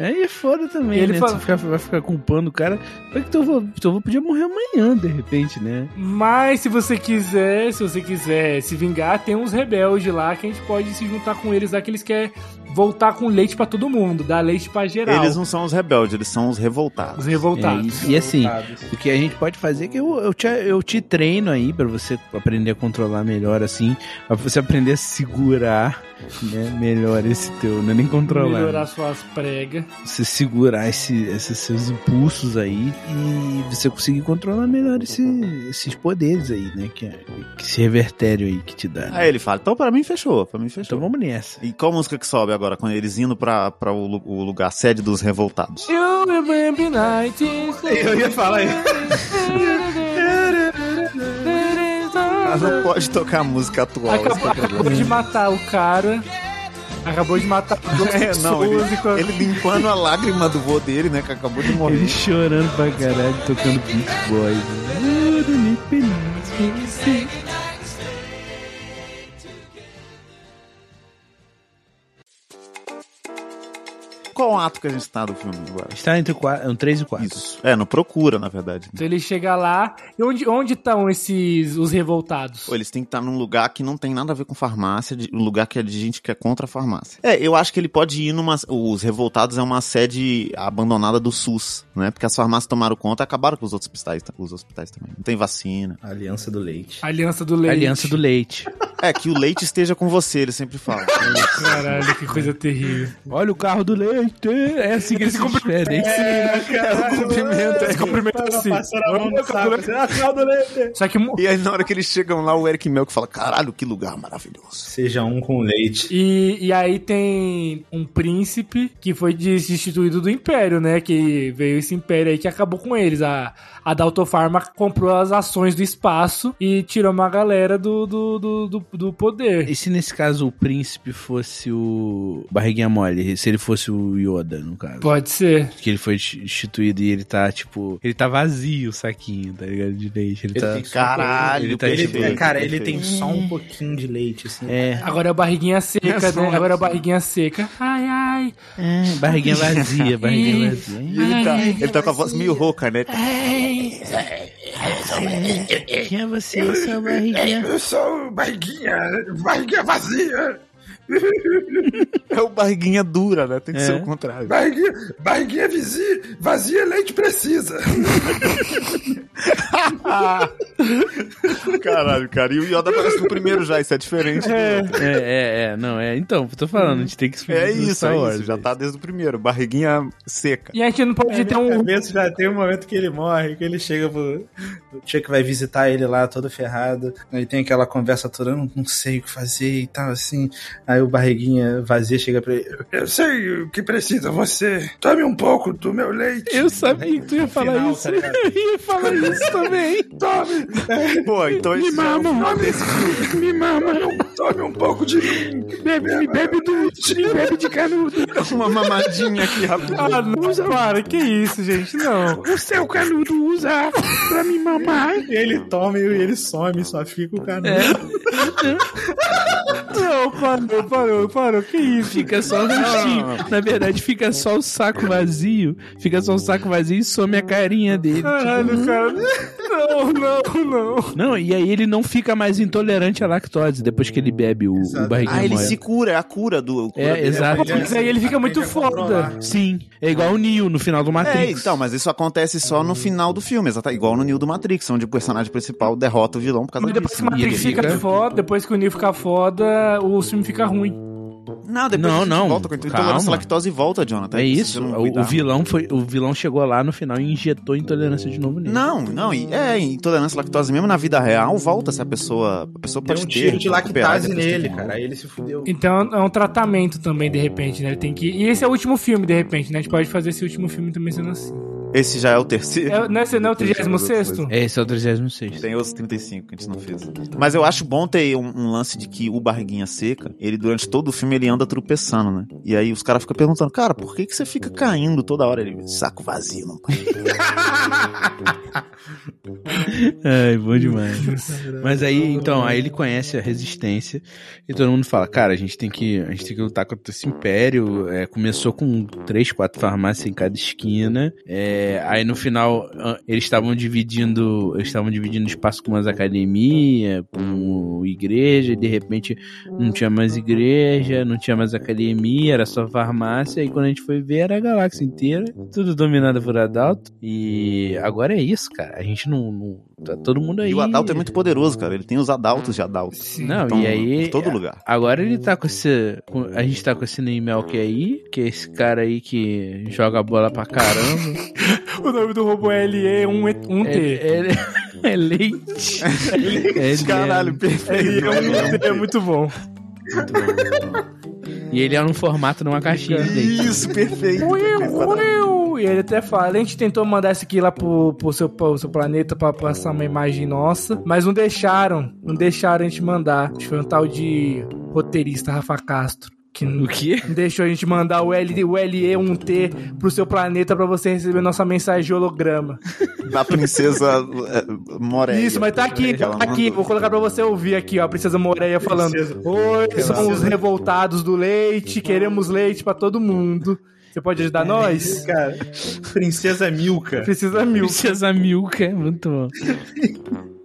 Aí é foda também, E ele né? fala- Você fica- vai ficar culpando o cara. Vai que teu avô, teu avô podia morrer amanhã, de repente, né? Mas se você quiser, se você quiser se vingar, tem uns rebeldes lá que a gente pode se juntar com eles lá que eles querem voltar com leite pra todo mundo, dar leite pra geral. Eles não são os rebeldes, eles são os revoltados. Os revoltados. É, e, e assim, o que a gente pode fazer é que eu, eu, te, eu te treino aí pra você aprender a controlar melhor, assim, pra você aprender a segurar né, melhor esse teu, não é nem controlar. Melhorar suas pregas. Você segurar esse, esses seus impulsos aí e você conseguir controlar melhor esse, esses poderes aí, né? Que, é- que esse revertério aí que te dá. né? Aí ele fala: Então pra mim fechou, pra mim fechou. Então vamos nessa. E qual música que sobe agora, quando eles indo pra, pra o, lu- o lugar sede dos revoltados. You remember 1960. Eu ia falar aí. Mas não pode tocar música atual. esse que é Acabou, o problema. acabou de matar o cara. Acabou de matar duas É, não, ele- pessoas e com- Ele limpando a lágrima do vô dele, né? Que acabou de Ele morrer. chorando pra caralho, tocando Beach Boys. Qual o ato que a gente tá do filme agora? Está entre o 3 e o 4. Isso. É, no Procura, na verdade. Então ele chega lá. E onde onde estão esses os revoltados? Pô, Eles têm que estar num lugar que não tem nada a ver com farmácia, de- um lugar que é de gente que é contra a farmácia. É, eu acho que ele pode ir numa. Os Revoltados é uma sede abandonada do SUS, né? Porque as farmácias tomaram conta e acabaram com os outros hospitais, ta- os hospitais também. Não tem vacina. Aliança do Leite. Aliança do Leite. Aliança do Leite. É, que o leite esteja com você, ele sempre fala. Caralho, que coisa terrível. Olha o carro do leite. É assim que eles se despedem. É, Cumprimenta, é cumprimenta assim. Só que mo- E aí, na hora que eles chegam lá, o Eric Melk fala: caralho, que lugar maravilhoso. Seja um com leite. E, e aí tem um príncipe que foi destituído do império, né? Que veio esse império aí que acabou com eles. A, a Dalto Pharma comprou as ações do espaço e tirou uma galera do, do, do, do- do poder. E se nesse caso o príncipe fosse o Barriguinha Mole? Se ele fosse o Yoda, no caso? Pode ser. Que ele foi instituído e ele tá, tipo. Ele tá vazio o saquinho, tá ligado? De leite. Ele, Ele tá. tem que- Caralho, Ele tá perfeito, de leite. Ele, cara, ele perfeito. tem só um pouquinho de leite, assim. É, Agora é a barriguinha seca, Essa né? Agora é a barriguinha seca. Ai, ai. é, barriguinha vazia, barriguinha vazia. E ele tá, ele tá com a voz meio rouca, né? ai. Quem é você, essa barriguinha? Eu sou barriguinha, barriguinha vazia, É o barriguinha dura, né? Tem que É. ser o contrário. barriguinha, barriguinha vazia, vazia leite precisa. Caralho, cara. E o Yoda parece que o primeiro já, isso é diferente. É, É, é, é, não, é. Então, tô falando, a gente tem que se é fugir do isso, Star é Wars, isso. Já velho. tá desde o primeiro. Barriguinha seca. E a gente não pode ter um. cabeça já tem um momento que ele morre, que ele chega pro. O Chuck vai visitar ele lá, todo ferrado. Aí tem aquela conversa toda, eu não, não sei o que fazer e tal, assim. Aí o barriguinha vazia chega pra ele. Eu sei o que precisa você. Tome um pouco do meu leite. Eu sabia que tu ia falar tá- Final, isso. tá ligado? Eu ia falar isso também. Tome, Pô, então esse já é o final desse filme. Me mama, tome um pouco de mim. bebe, me bebe do. Me bebe de canudo. é um- Uma mamadinha aqui rapidinho. Ah, não, para, que isso, gente? Não. O seu canudo usa pra me mamar. E ele toma e ele some, só fica o canudo. Não, parou, parou, parou. Que isso? Fica só o rostinho. Na verdade, fica só o saco vazio. Fica só o saco vazio e some a carinha dele. Tipo, "Hum?" Caralho, cara. Não, não, não. Não, e aí ele não fica mais intolerante à lactose depois que ele bebe o, o Exato. barriguinho Ah, ele mole. se cura, é a cura do. Cura né? É, dele. exato. Pô, mas aí ele fica muito Aprende a foda. controlar. Sim, é igual o Neo no final do É, Ah. Matrix. então, mas isso acontece só no final do filme, exato, igual no Neo do Matrix, onde o personagem principal derrota o vilão por causa Mas depois que o disso. Matrix E ele fica fica- foda, depois que o Neo fica foda, o filme fica ruim. Não, depois Não, a gente não, volta com a intolerância calma. à lactose e volta, Jonathan. É Se isso. você não O, cuidar. o vilão foi, o vilão chegou lá no final e injetou intolerância de novo nele. Não, não, e- é, intolerância à lactose mesmo na vida real volta se a pessoa. A pessoa Deu pode um ter. tipo, tiro de né? recuperar lactase depois que nele, tomou. cara. Aí ele se fudeu. Então é um tratamento também, de repente, né? Ele tem que. E esse é o último filme, de repente, né? A gente pode fazer esse último filme também sendo assim. Esse já é o terceiro. É, não é, esse não é o 36? Esse é o 36. Tem os 35 que a gente não fez. Mas eu acho bom ter um, um lance de que o Barriguinha Seca, ele durante todo o filme ele anda tropeçando, né? E aí os caras ficam perguntando, cara, por que, que você fica caindo toda hora? Ele, saco vazio, não cai." Ai, bom demais. Mas aí, então, aí ele conhece a resistência e todo mundo fala, cara, a gente tem que, a gente tem que lutar contra esse império. É, começou com três, quatro farmácias em cada esquina. É, aí no final ah, eles estavam dividindo, eles estavam dividindo espaço com umas academias, com igreja. E de repente não tinha mais igreja, não tinha mais academia, era só farmácia. E quando a gente foi ver era a galáxia inteira, tudo dominado por Adalto. E agora é isso, cara. A gente não, não- tá todo mundo aí. E o Adalto é muito poderoso, cara. Ele tem os Adaltos de Adalto. Sim. Não, Então, e aí é, Em todo lugar. Agora ele tá com esse. com- a gente tá com esse Neymel que aí, que é esse cara aí que joga bola pra caramba. O nome do robô é é, LE1T. é, é leite. É leite. é Caralho, perfeito. LE1T é muito bom. E ele era um formato numa caixinha de dentro. Isso, perfeito. E ele até fala, a gente tentou mandar isso aqui lá pro, pro seu, pro seu planeta pra passar uma imagem nossa, mas não deixaram, não deixaram a gente mandar. Acho que foi um tal de roteirista Rafa Castro. Que não O quê? deixou a gente mandar o, L, o LE1T pro seu planeta pra você receber nossa mensagem de holograma. Da princesa é, Moreia. Isso, mas tá aqui, Ela tá aqui. mandou. Vou colocar pra você ouvir aqui, ó. A princesa Moreia falando. Oi, são os revoltados do leite. Queremos leite pra todo mundo. Você pode ajudar nós? Cara, Princesa Milka. Precisa mil. Princesa Milka, é muito bom.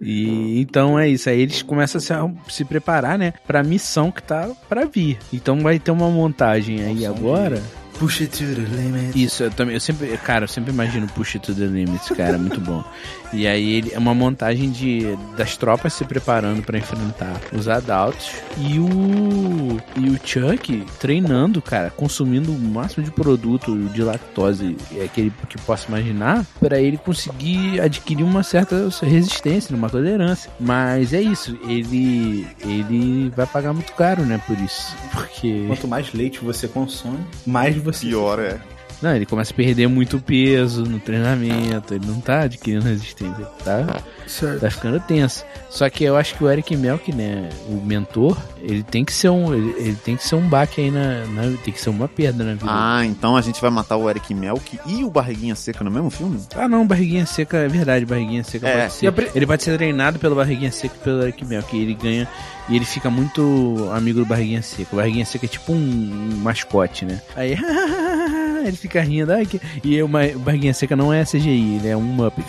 E então é isso, aí eles começam a se, arrum- se preparar, né, pra missão que tá pra vir. Então vai ter uma montagem aí um agora. Puxa tudo, lembra? Isso, eu também, eu sempre, cara, eu sempre imagino Push It to the Limits, cara, é muito bom. E aí ele é uma montagem de das tropas se preparando pra enfrentar os adultos e o e o Chuck treinando, cara, consumindo o máximo de produto de lactose é aquele que possa imaginar pra ele conseguir adquirir uma certa resistência, uma tolerância. Mas é isso, ele ele vai pagar muito caro, né, por isso, porque Quanto mais leite você consome, mais você. Pior, é. não, ele começa a perder muito peso no treinamento, ele não tá adquirindo resistência, ele tá, Certo. tá ficando tenso. Só que eu acho que o Eric Melk, né, o mentor, ele tem que ser um, ele, ele tem que ser um baque aí na, na- tem que ser uma perda na vida. Ah. Ah, então a gente vai matar o Eric Melk e o Barriguinha Seca no mesmo filme? Ah, não, barriguinha seca, é verdade, barriguinha seca É. pode E a ser. pri- Ele pode ser treinado pelo barriguinha seca e pelo Eric Melk, e ele ganha, e ele fica muito amigo do barriguinha seca. O barriguinha seca é tipo um, um mascote, né? Aí ele fica rindo, ai, que... e o ma- o barriguinha seca não é CGI, ele é um Muppet.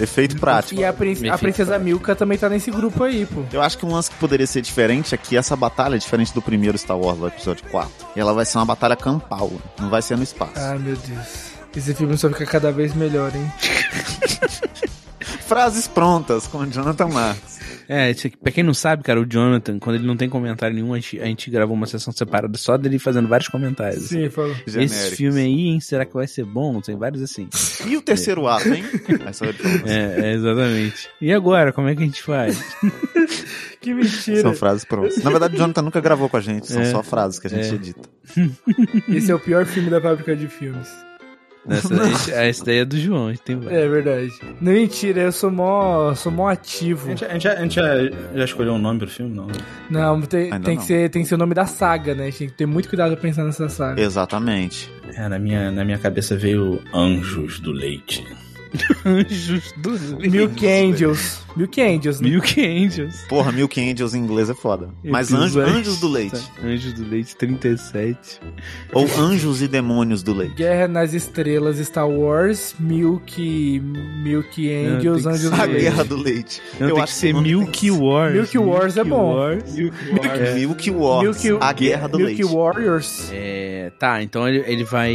Efeito prático. E a, prin- Me a fica princesa Milka também tá nesse grupo aí, pô. Eu acho que um lance que poderia ser diferente é que essa batalha é diferente do primeiro Star Wars, do episódio 4. E ela vai ser uma batalha campal, não vai ser no espaço. Ai, meu Deus. Esse filme só fica cada vez melhor, hein? Frases prontas com Jonathan Marks. É, isso aqui- pra quem não sabe, cara, o Jonathan, quando ele não tem comentário nenhum, a gente, a gente gravou uma sessão separada só dele fazendo vários comentários. Sim, falou. Esse Genérico. filme aí, hein, será que vai ser bom? Tem vários assim. E o terceiro ato, hein? Essa é- É, é, exatamente. E agora, como é que a gente faz? Que mentira. São frases prontas. Na verdade, o Jonathan nunca gravou com a gente, são É. só frases que a gente edita. Esse é o pior filme da fábrica de filmes. Essa, esse- essa ideia é do João, a gente tem vários. É verdade. Não, mentira, eu sou mó, sou mó A ativo. gente, a gente já- a gente já, já escolheu um nome pro filme, não? Não, tem, Ainda tem não. Que ser, tem que ser o nome da saga, né? A gente tem que ter muito cuidado pra pensar nessa saga. Exatamente. É, na minha, na minha cabeça veio Anjos do Leite. Anjos do É. Milk Angels. Milk Angels, né? Milk Angels. Porra, Milk Angels em inglês é foda. Mas anjo, Episódio- Anjos do Leite. Anjos do Leite 37. Ou Anjos e Demônios do Leite. Guerra nas Estrelas, Star Wars, Milk, Milk Angels, tem que Angels ser do A Leite. Guerra do Leite. Não, tem que que ser o nome tem Milk né? Wars. Milk Wars é bom. Wars. É. Milk Wars, Milk- a guerra do Milk leite. Warriors. É, tá, então ele, ele vai.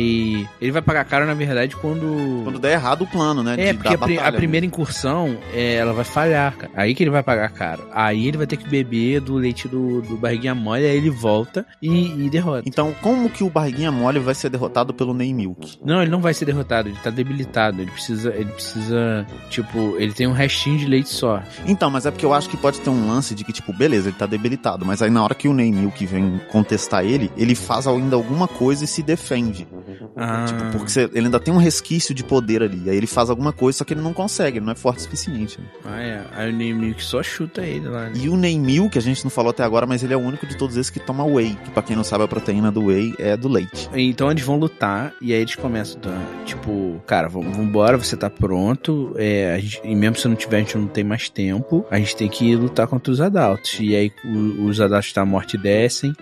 Ele vai pagar caro, na verdade, quando. Quando der errado o plano, né? de- É, porque a, da pri- a batalha, né? primeira incursão, é, ela vai falhar, cara. Aí que ele vai pagar caro. Aí ele vai ter que beber do leite do, do barriguinha mole, aí ele volta e, e derrota. Então, como que o Barriguinha Mole vai ser derrotado pelo Ney Milk? Não, ele não vai ser derrotado, ele tá debilitado. Ele precisa, ele precisa, tipo, ele tem um restinho de leite só. Então, mas é porque eu acho que pode ter um lance de que, tipo, beleza, ele tá debilitado, mas aí na hora que o Ney Milk vem contestar ele, ele faz ainda alguma coisa e se defende. Ah, Tipo, porque você- ele ainda tem um resquício de poder ali. Aí ele faz alguma coisa, só que ele não consegue, ele não é forte o suficiente. né? ah, é. Aí o Ney que só chuta ele lá. né? E o Ney Milk, a gente não falou até agora, mas ele é o único de todos esses que toma whey. Que pra quem não sabe, a proteína do whey é do leite. Então eles vão lutar e aí eles começam, tá? tipo, cara, vamos embora, você tá pronto, é, a gente- e mesmo se não tiver, a gente não tem mais tempo, a gente tem que lutar contra os adultos. E aí o- os adultos da morte descem,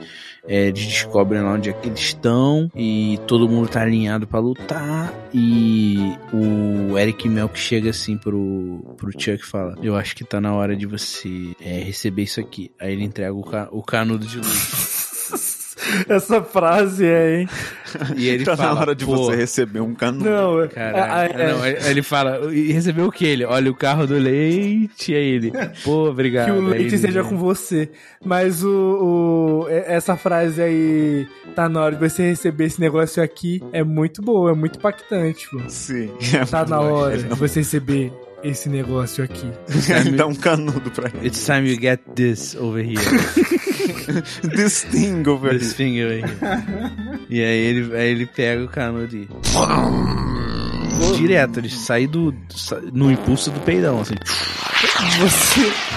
é, eles descobrem lá onde é que eles estão e todo mundo tá alinhado pra lutar. E o Eric Melk chega assim pro, pro Chuck e fala: Eu acho que tá na hora de você é, receber isso aqui. Aí ele entrega o, ca- o canudo de luz. Essa frase é, hein? E ele tá fala: na hora de "Pô, você receber um canudo. Não, é- Caraca. é- é- Não, ele ele fala, e recebeu o que ele? Olha, o carro do leite, aí ele. Pô, obrigado. que o Aí leite ele- seja com você. Mas o, o- é- essa frase aí, tá na hora de você receber esse negócio aqui, é muito boa, é muito impactante, pô. Sim. Tá na hora de você receber esse negócio aqui. Dá um canudo pra ele. It's time you get this over here. This thing over This thing over here. E aí ele, aí ele pega o canudo e... Direto, ele sai do... sai- no impulso do peidão, assim.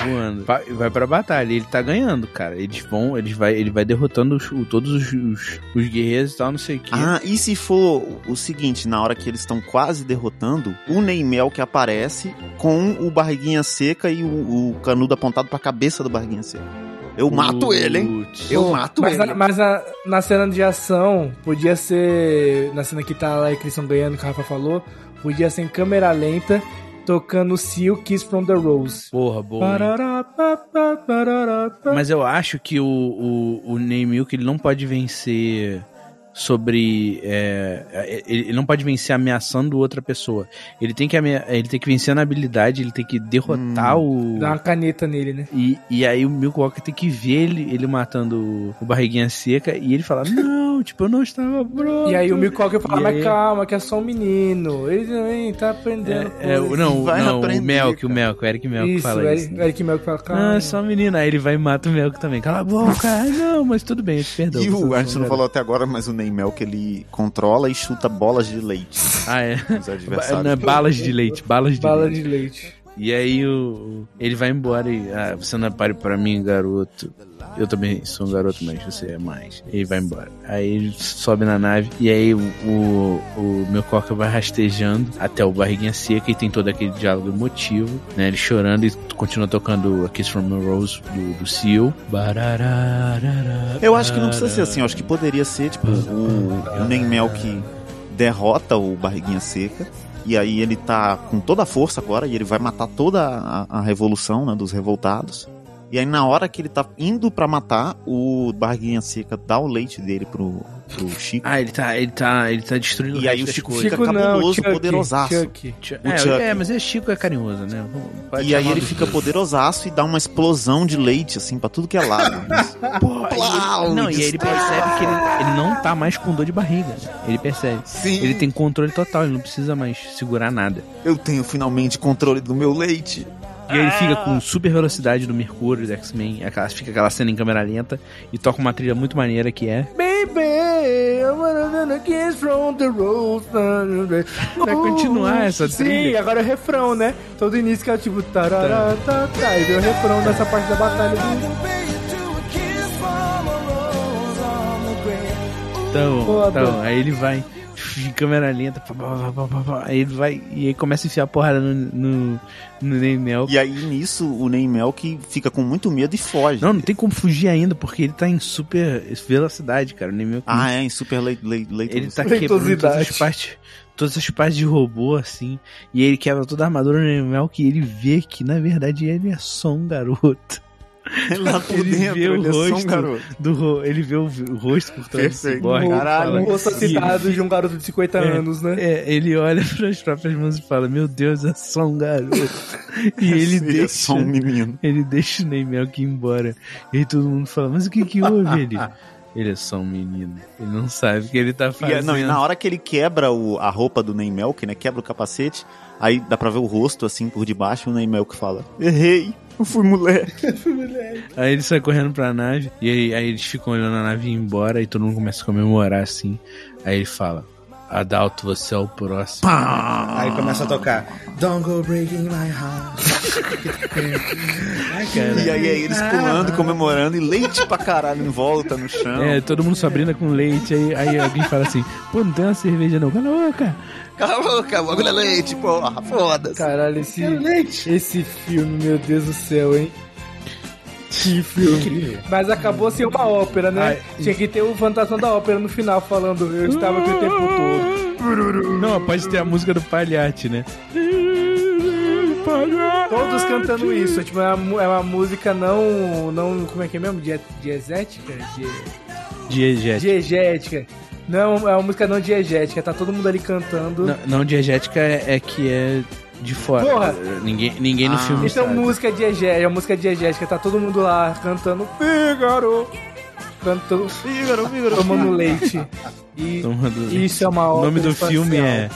Voando. Vai, vai pra batalha. Ele tá ganhando, cara. Eles vão... Eles vai, ele vai derrotando os- o- todos os, os, os guerreiros e tal, não sei o quê. Ah, e se for o seguinte, na hora que eles estão quase derrotando, o Neymel que aparece com o barriguinha seca e o, o canudo apontado pra cabeça do barriguinha seca. Eu mato ele, hein? Putz. Eu mato Mas, ele. na, mas na- na cena de ação, podia ser. Na cena que tá lá e que eles estão ganhando, que o Rafa falou, podia ser em câmera lenta, tocando Seal Kiss from the Rose. Porra, boa. hein? Parará, pá, pá, parará, pá. Mas eu acho que o, o, o Ney Milk, ele não pode vencer sobre. é, ele ele não pode vencer ameaçando outra pessoa. Ele tem que, amea- ele tem que vencer na habilidade, ele tem que derrotar o. Hum. Dá uma caneta nele, né? E, e aí o Milk Walker tem que ver ele, ele matando o barriguinha seca e ele fala: Não, tipo, eu não estava pronto. E aí o Mikoker fala, E aí- mas calma, que é só um menino. Ele também tá aprendendo. É, é, o- coisas." não, Vai não aprender, o Melk, o cara. Melk, o Eric Melk Isso, fala o isso. Eric, né? o Eric Melk fala, calma. Ah, é só um menino. Aí ele vai e mata o Melk também. Cala a boca. Ai, não, mas tudo bem, eu te perdoo. E o, a gente não Obrigado. falou até agora, mas o Neymel que ele controla e chuta bolas de leite Ah, é. nos Ba- não, é adversários. balas de leite, balas de Bala leite. de leite. E aí o, o- ele vai embora e. Ah, você não é pare pra mim, garoto. Eu também sou um garoto, mas você é mais. E vai embora. Aí ele sobe na nave e aí o, o, o meu coca vai rastejando até o barriguinha seca e tem todo aquele diálogo emotivo, né? Ele chorando e continua tocando a Kiss from a Rose do, do Seal. Barararara. Eu acho que não precisa ser assim, eu acho que poderia ser, tipo, o, o Neymel que derrota o Barriguinha Seca. E aí ele tá com toda a força agora e ele vai matar toda a, a revolução né, dos revoltados. E aí na hora que ele tá indo pra matar, o Barriguinha Seca dá o leite dele pro, pro Chico. Ah, ele tá, ele tá, ele tá destruindo E aí o resto das Chico coisas. Fica Chico não, cabuloso, Chuck, poderosaço. Chuck. Tia- O é, Chuck. é, mas é Chico é carinhoso, né? Vamos- pode E aí chamar ele dos fica dois. poderosaço e dá uma explosão de leite, assim, pra tudo que é lado. Pô, aí ele- não, e aí ele percebe que ele, ele não tá mais com dor de barriga. né? Ele percebe. Sim, Ele tem controle total, ele não precisa mais segurar nada. eu tenho finalmente controle do meu leite. E aí ele fica com super velocidade do Mercúrio, do X-Men, aquela- fica aquela cena em câmera lenta e toca uma trilha muito maneira que é. Baby, I'm gonna kiss from the road. Vai continuar essa Sim, trilha. agora é o refrão, né? Todo início que é tipo tarará, tá, tá, e vem o refrão dessa parte da batalha. Então, Foda. então aí ele vai em câmera lenta, pá, pá, pá, pá, pá, pá, aí ele vai e aí começa a enfiar porrada no, no, no Neymel. E aí, nisso, o Neymel que fica com muito medo e foge. Não, não tem como fugir ainda, porque ele tá em super velocidade, cara. O Neymel Ah, é, em Super Leite. leite, leite Ele tá quebrando Leitosidade. todas as partes. Todas as partes de robô, assim. E ele quebra toda a armadura do animal que ele vê que, na verdade, ele é só um garoto. lá por tá Ele dentro, vê o ele é só um rosto. garoto. Do ro- Ele vê o, o rosto por trás do Perfeito. ciborgue. Boa, e caralho. fala- Um rosto citado de um garoto de 50 É. anos, né? É, ele olha para as próprias mãos e fala, meu Deus, é só um garoto. E Ele ele é só deixa... um menino. Ele deixa o Neymel que ir embora. E aí todo mundo fala, mas o que que houve, ele? Ele é só um menino. Ele não sabe o que ele tá E, é- fazendo. não, e na hora que ele quebra o- a roupa do Neymel, que né, quebra o capacete, aí dá pra ver o rosto assim por debaixo, o Neymel que fala: Errei, eu fui moleque. Aí ele sai correndo pra nave, e aí, aí eles ficam olhando a nave ir embora, e todo mundo começa a comemorar assim. Aí ele fala: Adalto, você é o próximo. Aí começa a tocar. Don't go breaking my heart. Ai, cara. E aí, é eles pulando, comemorando e leite pra caralho em volta no chão. É, todo mundo só brinda com leite, aí, aí alguém fala assim: pô, não tem uma cerveja não, cala a boca. Cala a boca, o bagulho é leite, porra, foda-se. Caralho, esse, Quero leite. esse filme, meu Deus do céu, hein? Que filme. Mas acabou sendo uma ópera, né? Tinha que ter o fantasma da ópera no final falando eu estava aqui o tempo todo. Não, pode ter a música do palhate, né? Todos cantando isso. Tipo, é uma, mu- é uma música não. não. Como é que é mesmo? Die- Diesética? Die- Diegética. Diegética. Não, é uma música não diegética, tá todo mundo ali cantando. Não, não, diegética é, é que é de fora. Porra. Ninguém, ninguém no Ah. filme Então, sabe. música diegética, música diegética, tá todo mundo lá cantando Fígaro, cantando Fígaro, Fígaro, tomando leite. E Tomando leite. isso é uma O ópera nome do espacial. filme é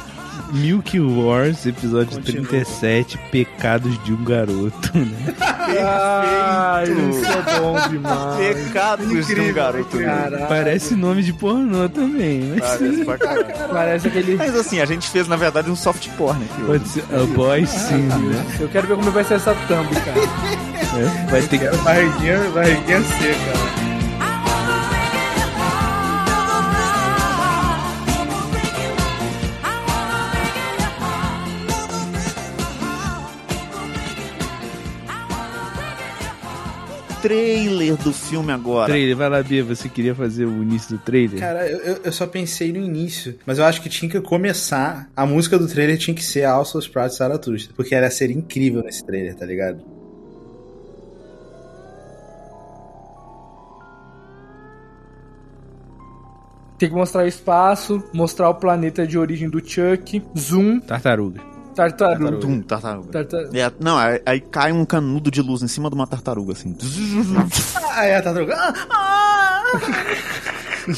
Milk Wars, episódio 37, Pecados de um Garoto, né? Ai, isso é bom demais. Pecado de um garoto. Caralho. Parece nome de pornô também, né? mas... Parece pra caralho. Parece aquele. Mas assim, a gente fez, na verdade, um soft porn aqui. hoje. Pode ser a boy sim, né? Eu quero ver como vai ser essa thumb, cara. É, Vai ter que... Barriguinha, barriguinha seca. Trailer do filme agora. Trailer, vai lá, Bia, você queria fazer o início do trailer? Cara, eu- eu, eu só pensei no início, mas eu acho que tinha que começar. A música do trailer tinha que ser a All Souls Proud Zaratustra, porque ela seria incrível nesse trailer, tá ligado? Tem que mostrar o espaço, mostrar o planeta de origem do Chuck, Zoom, Tartaruga. tartaruga. Tum, tartaruga. Tarta- É, não, aí aí cai um canudo de luz em cima de uma tartaruga, assim. Ah, é, tá drogando.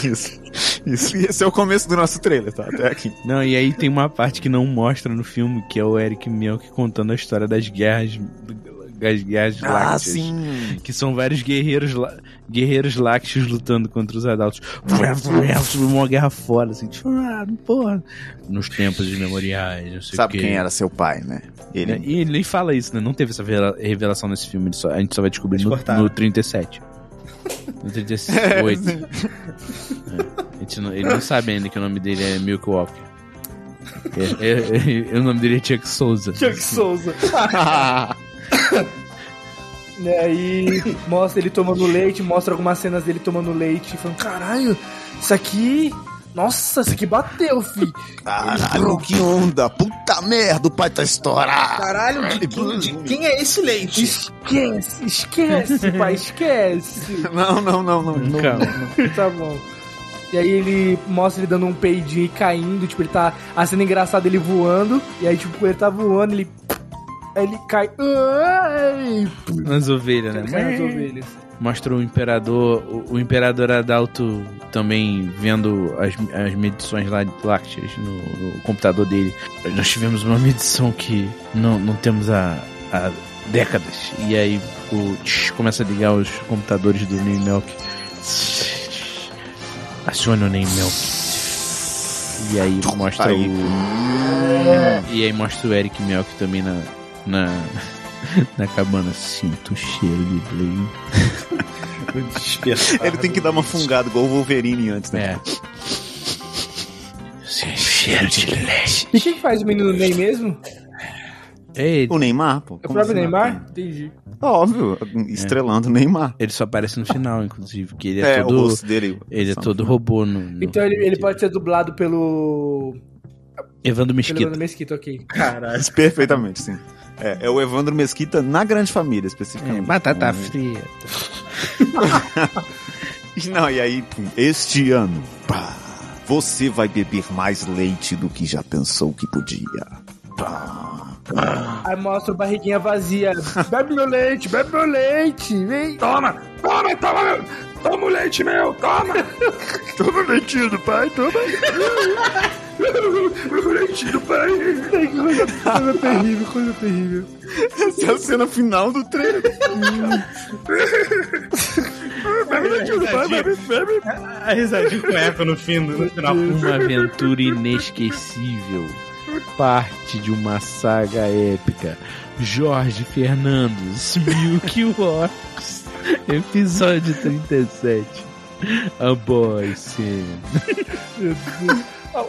Isso. Isso. E esse é o começo do nosso trailer, tá? Até aqui. Não, e aí tem uma parte que não mostra no filme, que é o Eric Mielke contando a história das guerras... Das guerras Ah, lácteas. sim. Que são vários guerreiros, lá- guerreiros lácteos lutando contra os adultos. Uma guerra fora, assim. Porra. Nos tempos imemoriais, não sei o Sabe quê. quem era seu pai, né? Né? Ele. E ele nem fala isso, né? Não teve essa revela- revelação nesse filme. ele só- a gente só vai descobrir no, cortaram. no 37. No 38. É. A gente não- ele não sabe ainda que o nome dele é Milk Walker. É, é, é, o nome dele é Chuck Souza. Chuck Souza. E aí mostra ele tomando leite, mostra algumas cenas dele tomando leite, e falando, caralho, isso aqui. Nossa, isso aqui bateu, fi. Caralho, que onda! Puta merda, o pai tá estourado! Caralho, de quem- de quem é esse leite? Esquece, esquece, pai, esquece. Não, não, não, não. não, Calma. não. Tá bom. E aí ele mostra ele dando um peidinho e caindo, tipo, ele tá. A cena engraçada ele voando. E aí, tipo, ele tá voando, ele. Aí ele cai. Ai! Nas ovelhas, né? Cai nas ovelhas. Mostra o imperador, o, o imperador Adalto também vendo as, as medições lá de Lácteas no, no computador dele. Nós tivemos uma medição que não, não temos há, há décadas. E aí o, tch, começa a ligar os computadores do Ney Milk. Aciona o Ney Milk. E aí mostra Aí. o. E aí mostra o Eric Milk também na. na. na cabana. Sinto o cheiro de Blade. Ele tem que dar uma fungada igual o Wolverine antes, né? É. Sem cheiro de leite. E quem que faz o menino Ney mesmo? Ele, O Neymar, É pô. o Como próprio assim? Neymar? Entendi. Óbvio, estrelando o Neymar. ele só aparece no final, inclusive, porque ele é, É, o todo. rosto dele. Ele é Só- todo robô no. no- Então ele, ele pode ser dublado pelo. Evandro pelo Mesquita. Evandro Mesquita, ok. Caralho. Perfeitamente, sim. É, é o Evandro Mesquita na Grande Família, É, especificamente. Hum. batata fria. Não, e aí, pum, este ano, pá, você vai beber mais leite do que já pensou que podia. Pá. Aí mostra o barriguinha vazia. Bebe meu leite, bebe meu leite, vem. Toma! Toma, toma meu! Toma o leite meu, toma! Toma leitinho do pai, toma. leitinho do pai. coisa terrível, coisa terrível. Essa é a cena final do treino. bebe leitinho do pai, bebe, bebe. A risadinha com eco no fim, no final. Uma aventura inesquecível. Parte de uma saga épica. Jorge Fernandes, Milky Walks, episódio 37. A Boy Sim.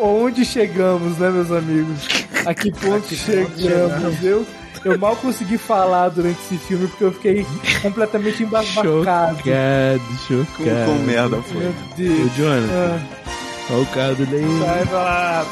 Onde chegamos, né, meus amigos? A que ponto chegamos, eu, eu mal consegui falar durante esse filme porque eu fiquei completamente embasbacado. Chocado, Como, chocado. como merda Meu foi. Deus. Ô, Jonathan, Ah, olha o carro do Leão. sai pra lá.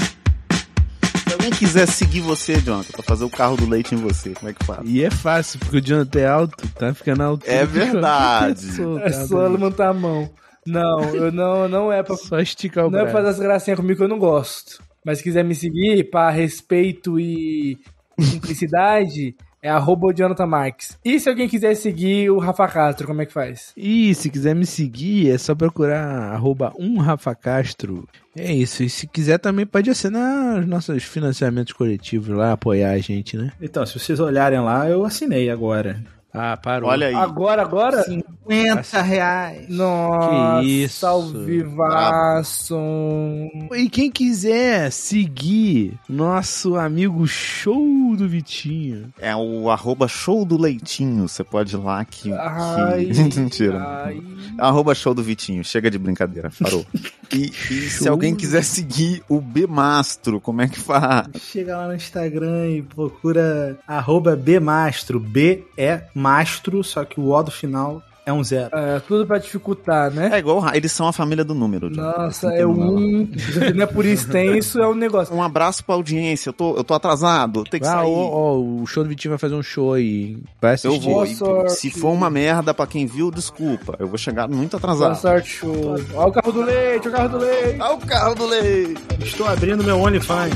Se alguém quiser seguir você, Jonathan, pra fazer o carro do leite em você, como é que Tá. faz? E é fácil, porque o Jonathan é alto, tá ficando alto. É verdade. tá É só levantar a mão. Não, eu não, não é pra, Só esticar o não é pra braço. fazer as gracinhas comigo que eu não gosto. Mas se quiser me seguir pra respeito e simplicidade, é arroba Jonathan Marques. E se alguém quiser seguir o Rafa Castro, como é que faz? E se quiser me seguir, é só procurar arroba um Rafa Castro. É isso. E se quiser também pode assinar os nossos financiamentos coletivos lá, apoiar a gente, né? Então, se vocês olharem lá, eu assinei agora. Ah, parou. Olha aí. Agora, agora? 50 reais. Nossa, Que isso. ao vivaço. E quem quiser seguir nosso amigo show do Vitinho. É o arroba show do leitinho. Você pode ir lá que. Ai, que... Mentira. ai. Arroba show do Vitinho. Chega de brincadeira. Parou. E, e se alguém quiser seguir o Bemastro, como é que faz? Chega lá no Instagram e procura arroba Bmastro. B é mastro, só que o O do final é um zero. É, tudo pra dificultar, né? É igual. Eles são a família do número, Jonathan. Nossa, Não tem é número. um. Se não é por extenso, é um negócio. Um abraço pra audiência. Eu tô, eu tô atrasado. Tem que Ah, sair. ó, ó, o show do Vitinho vai fazer um show aí. hein? Vai assistir. Eu vou. Boa E, sorte. se for uma merda pra quem viu, desculpa. Eu vou chegar muito Boa atrasado. sorte, show. Olha o carro do leite, o carro do leite. Olha o carro do leite. Estou abrindo meu OnlyFans.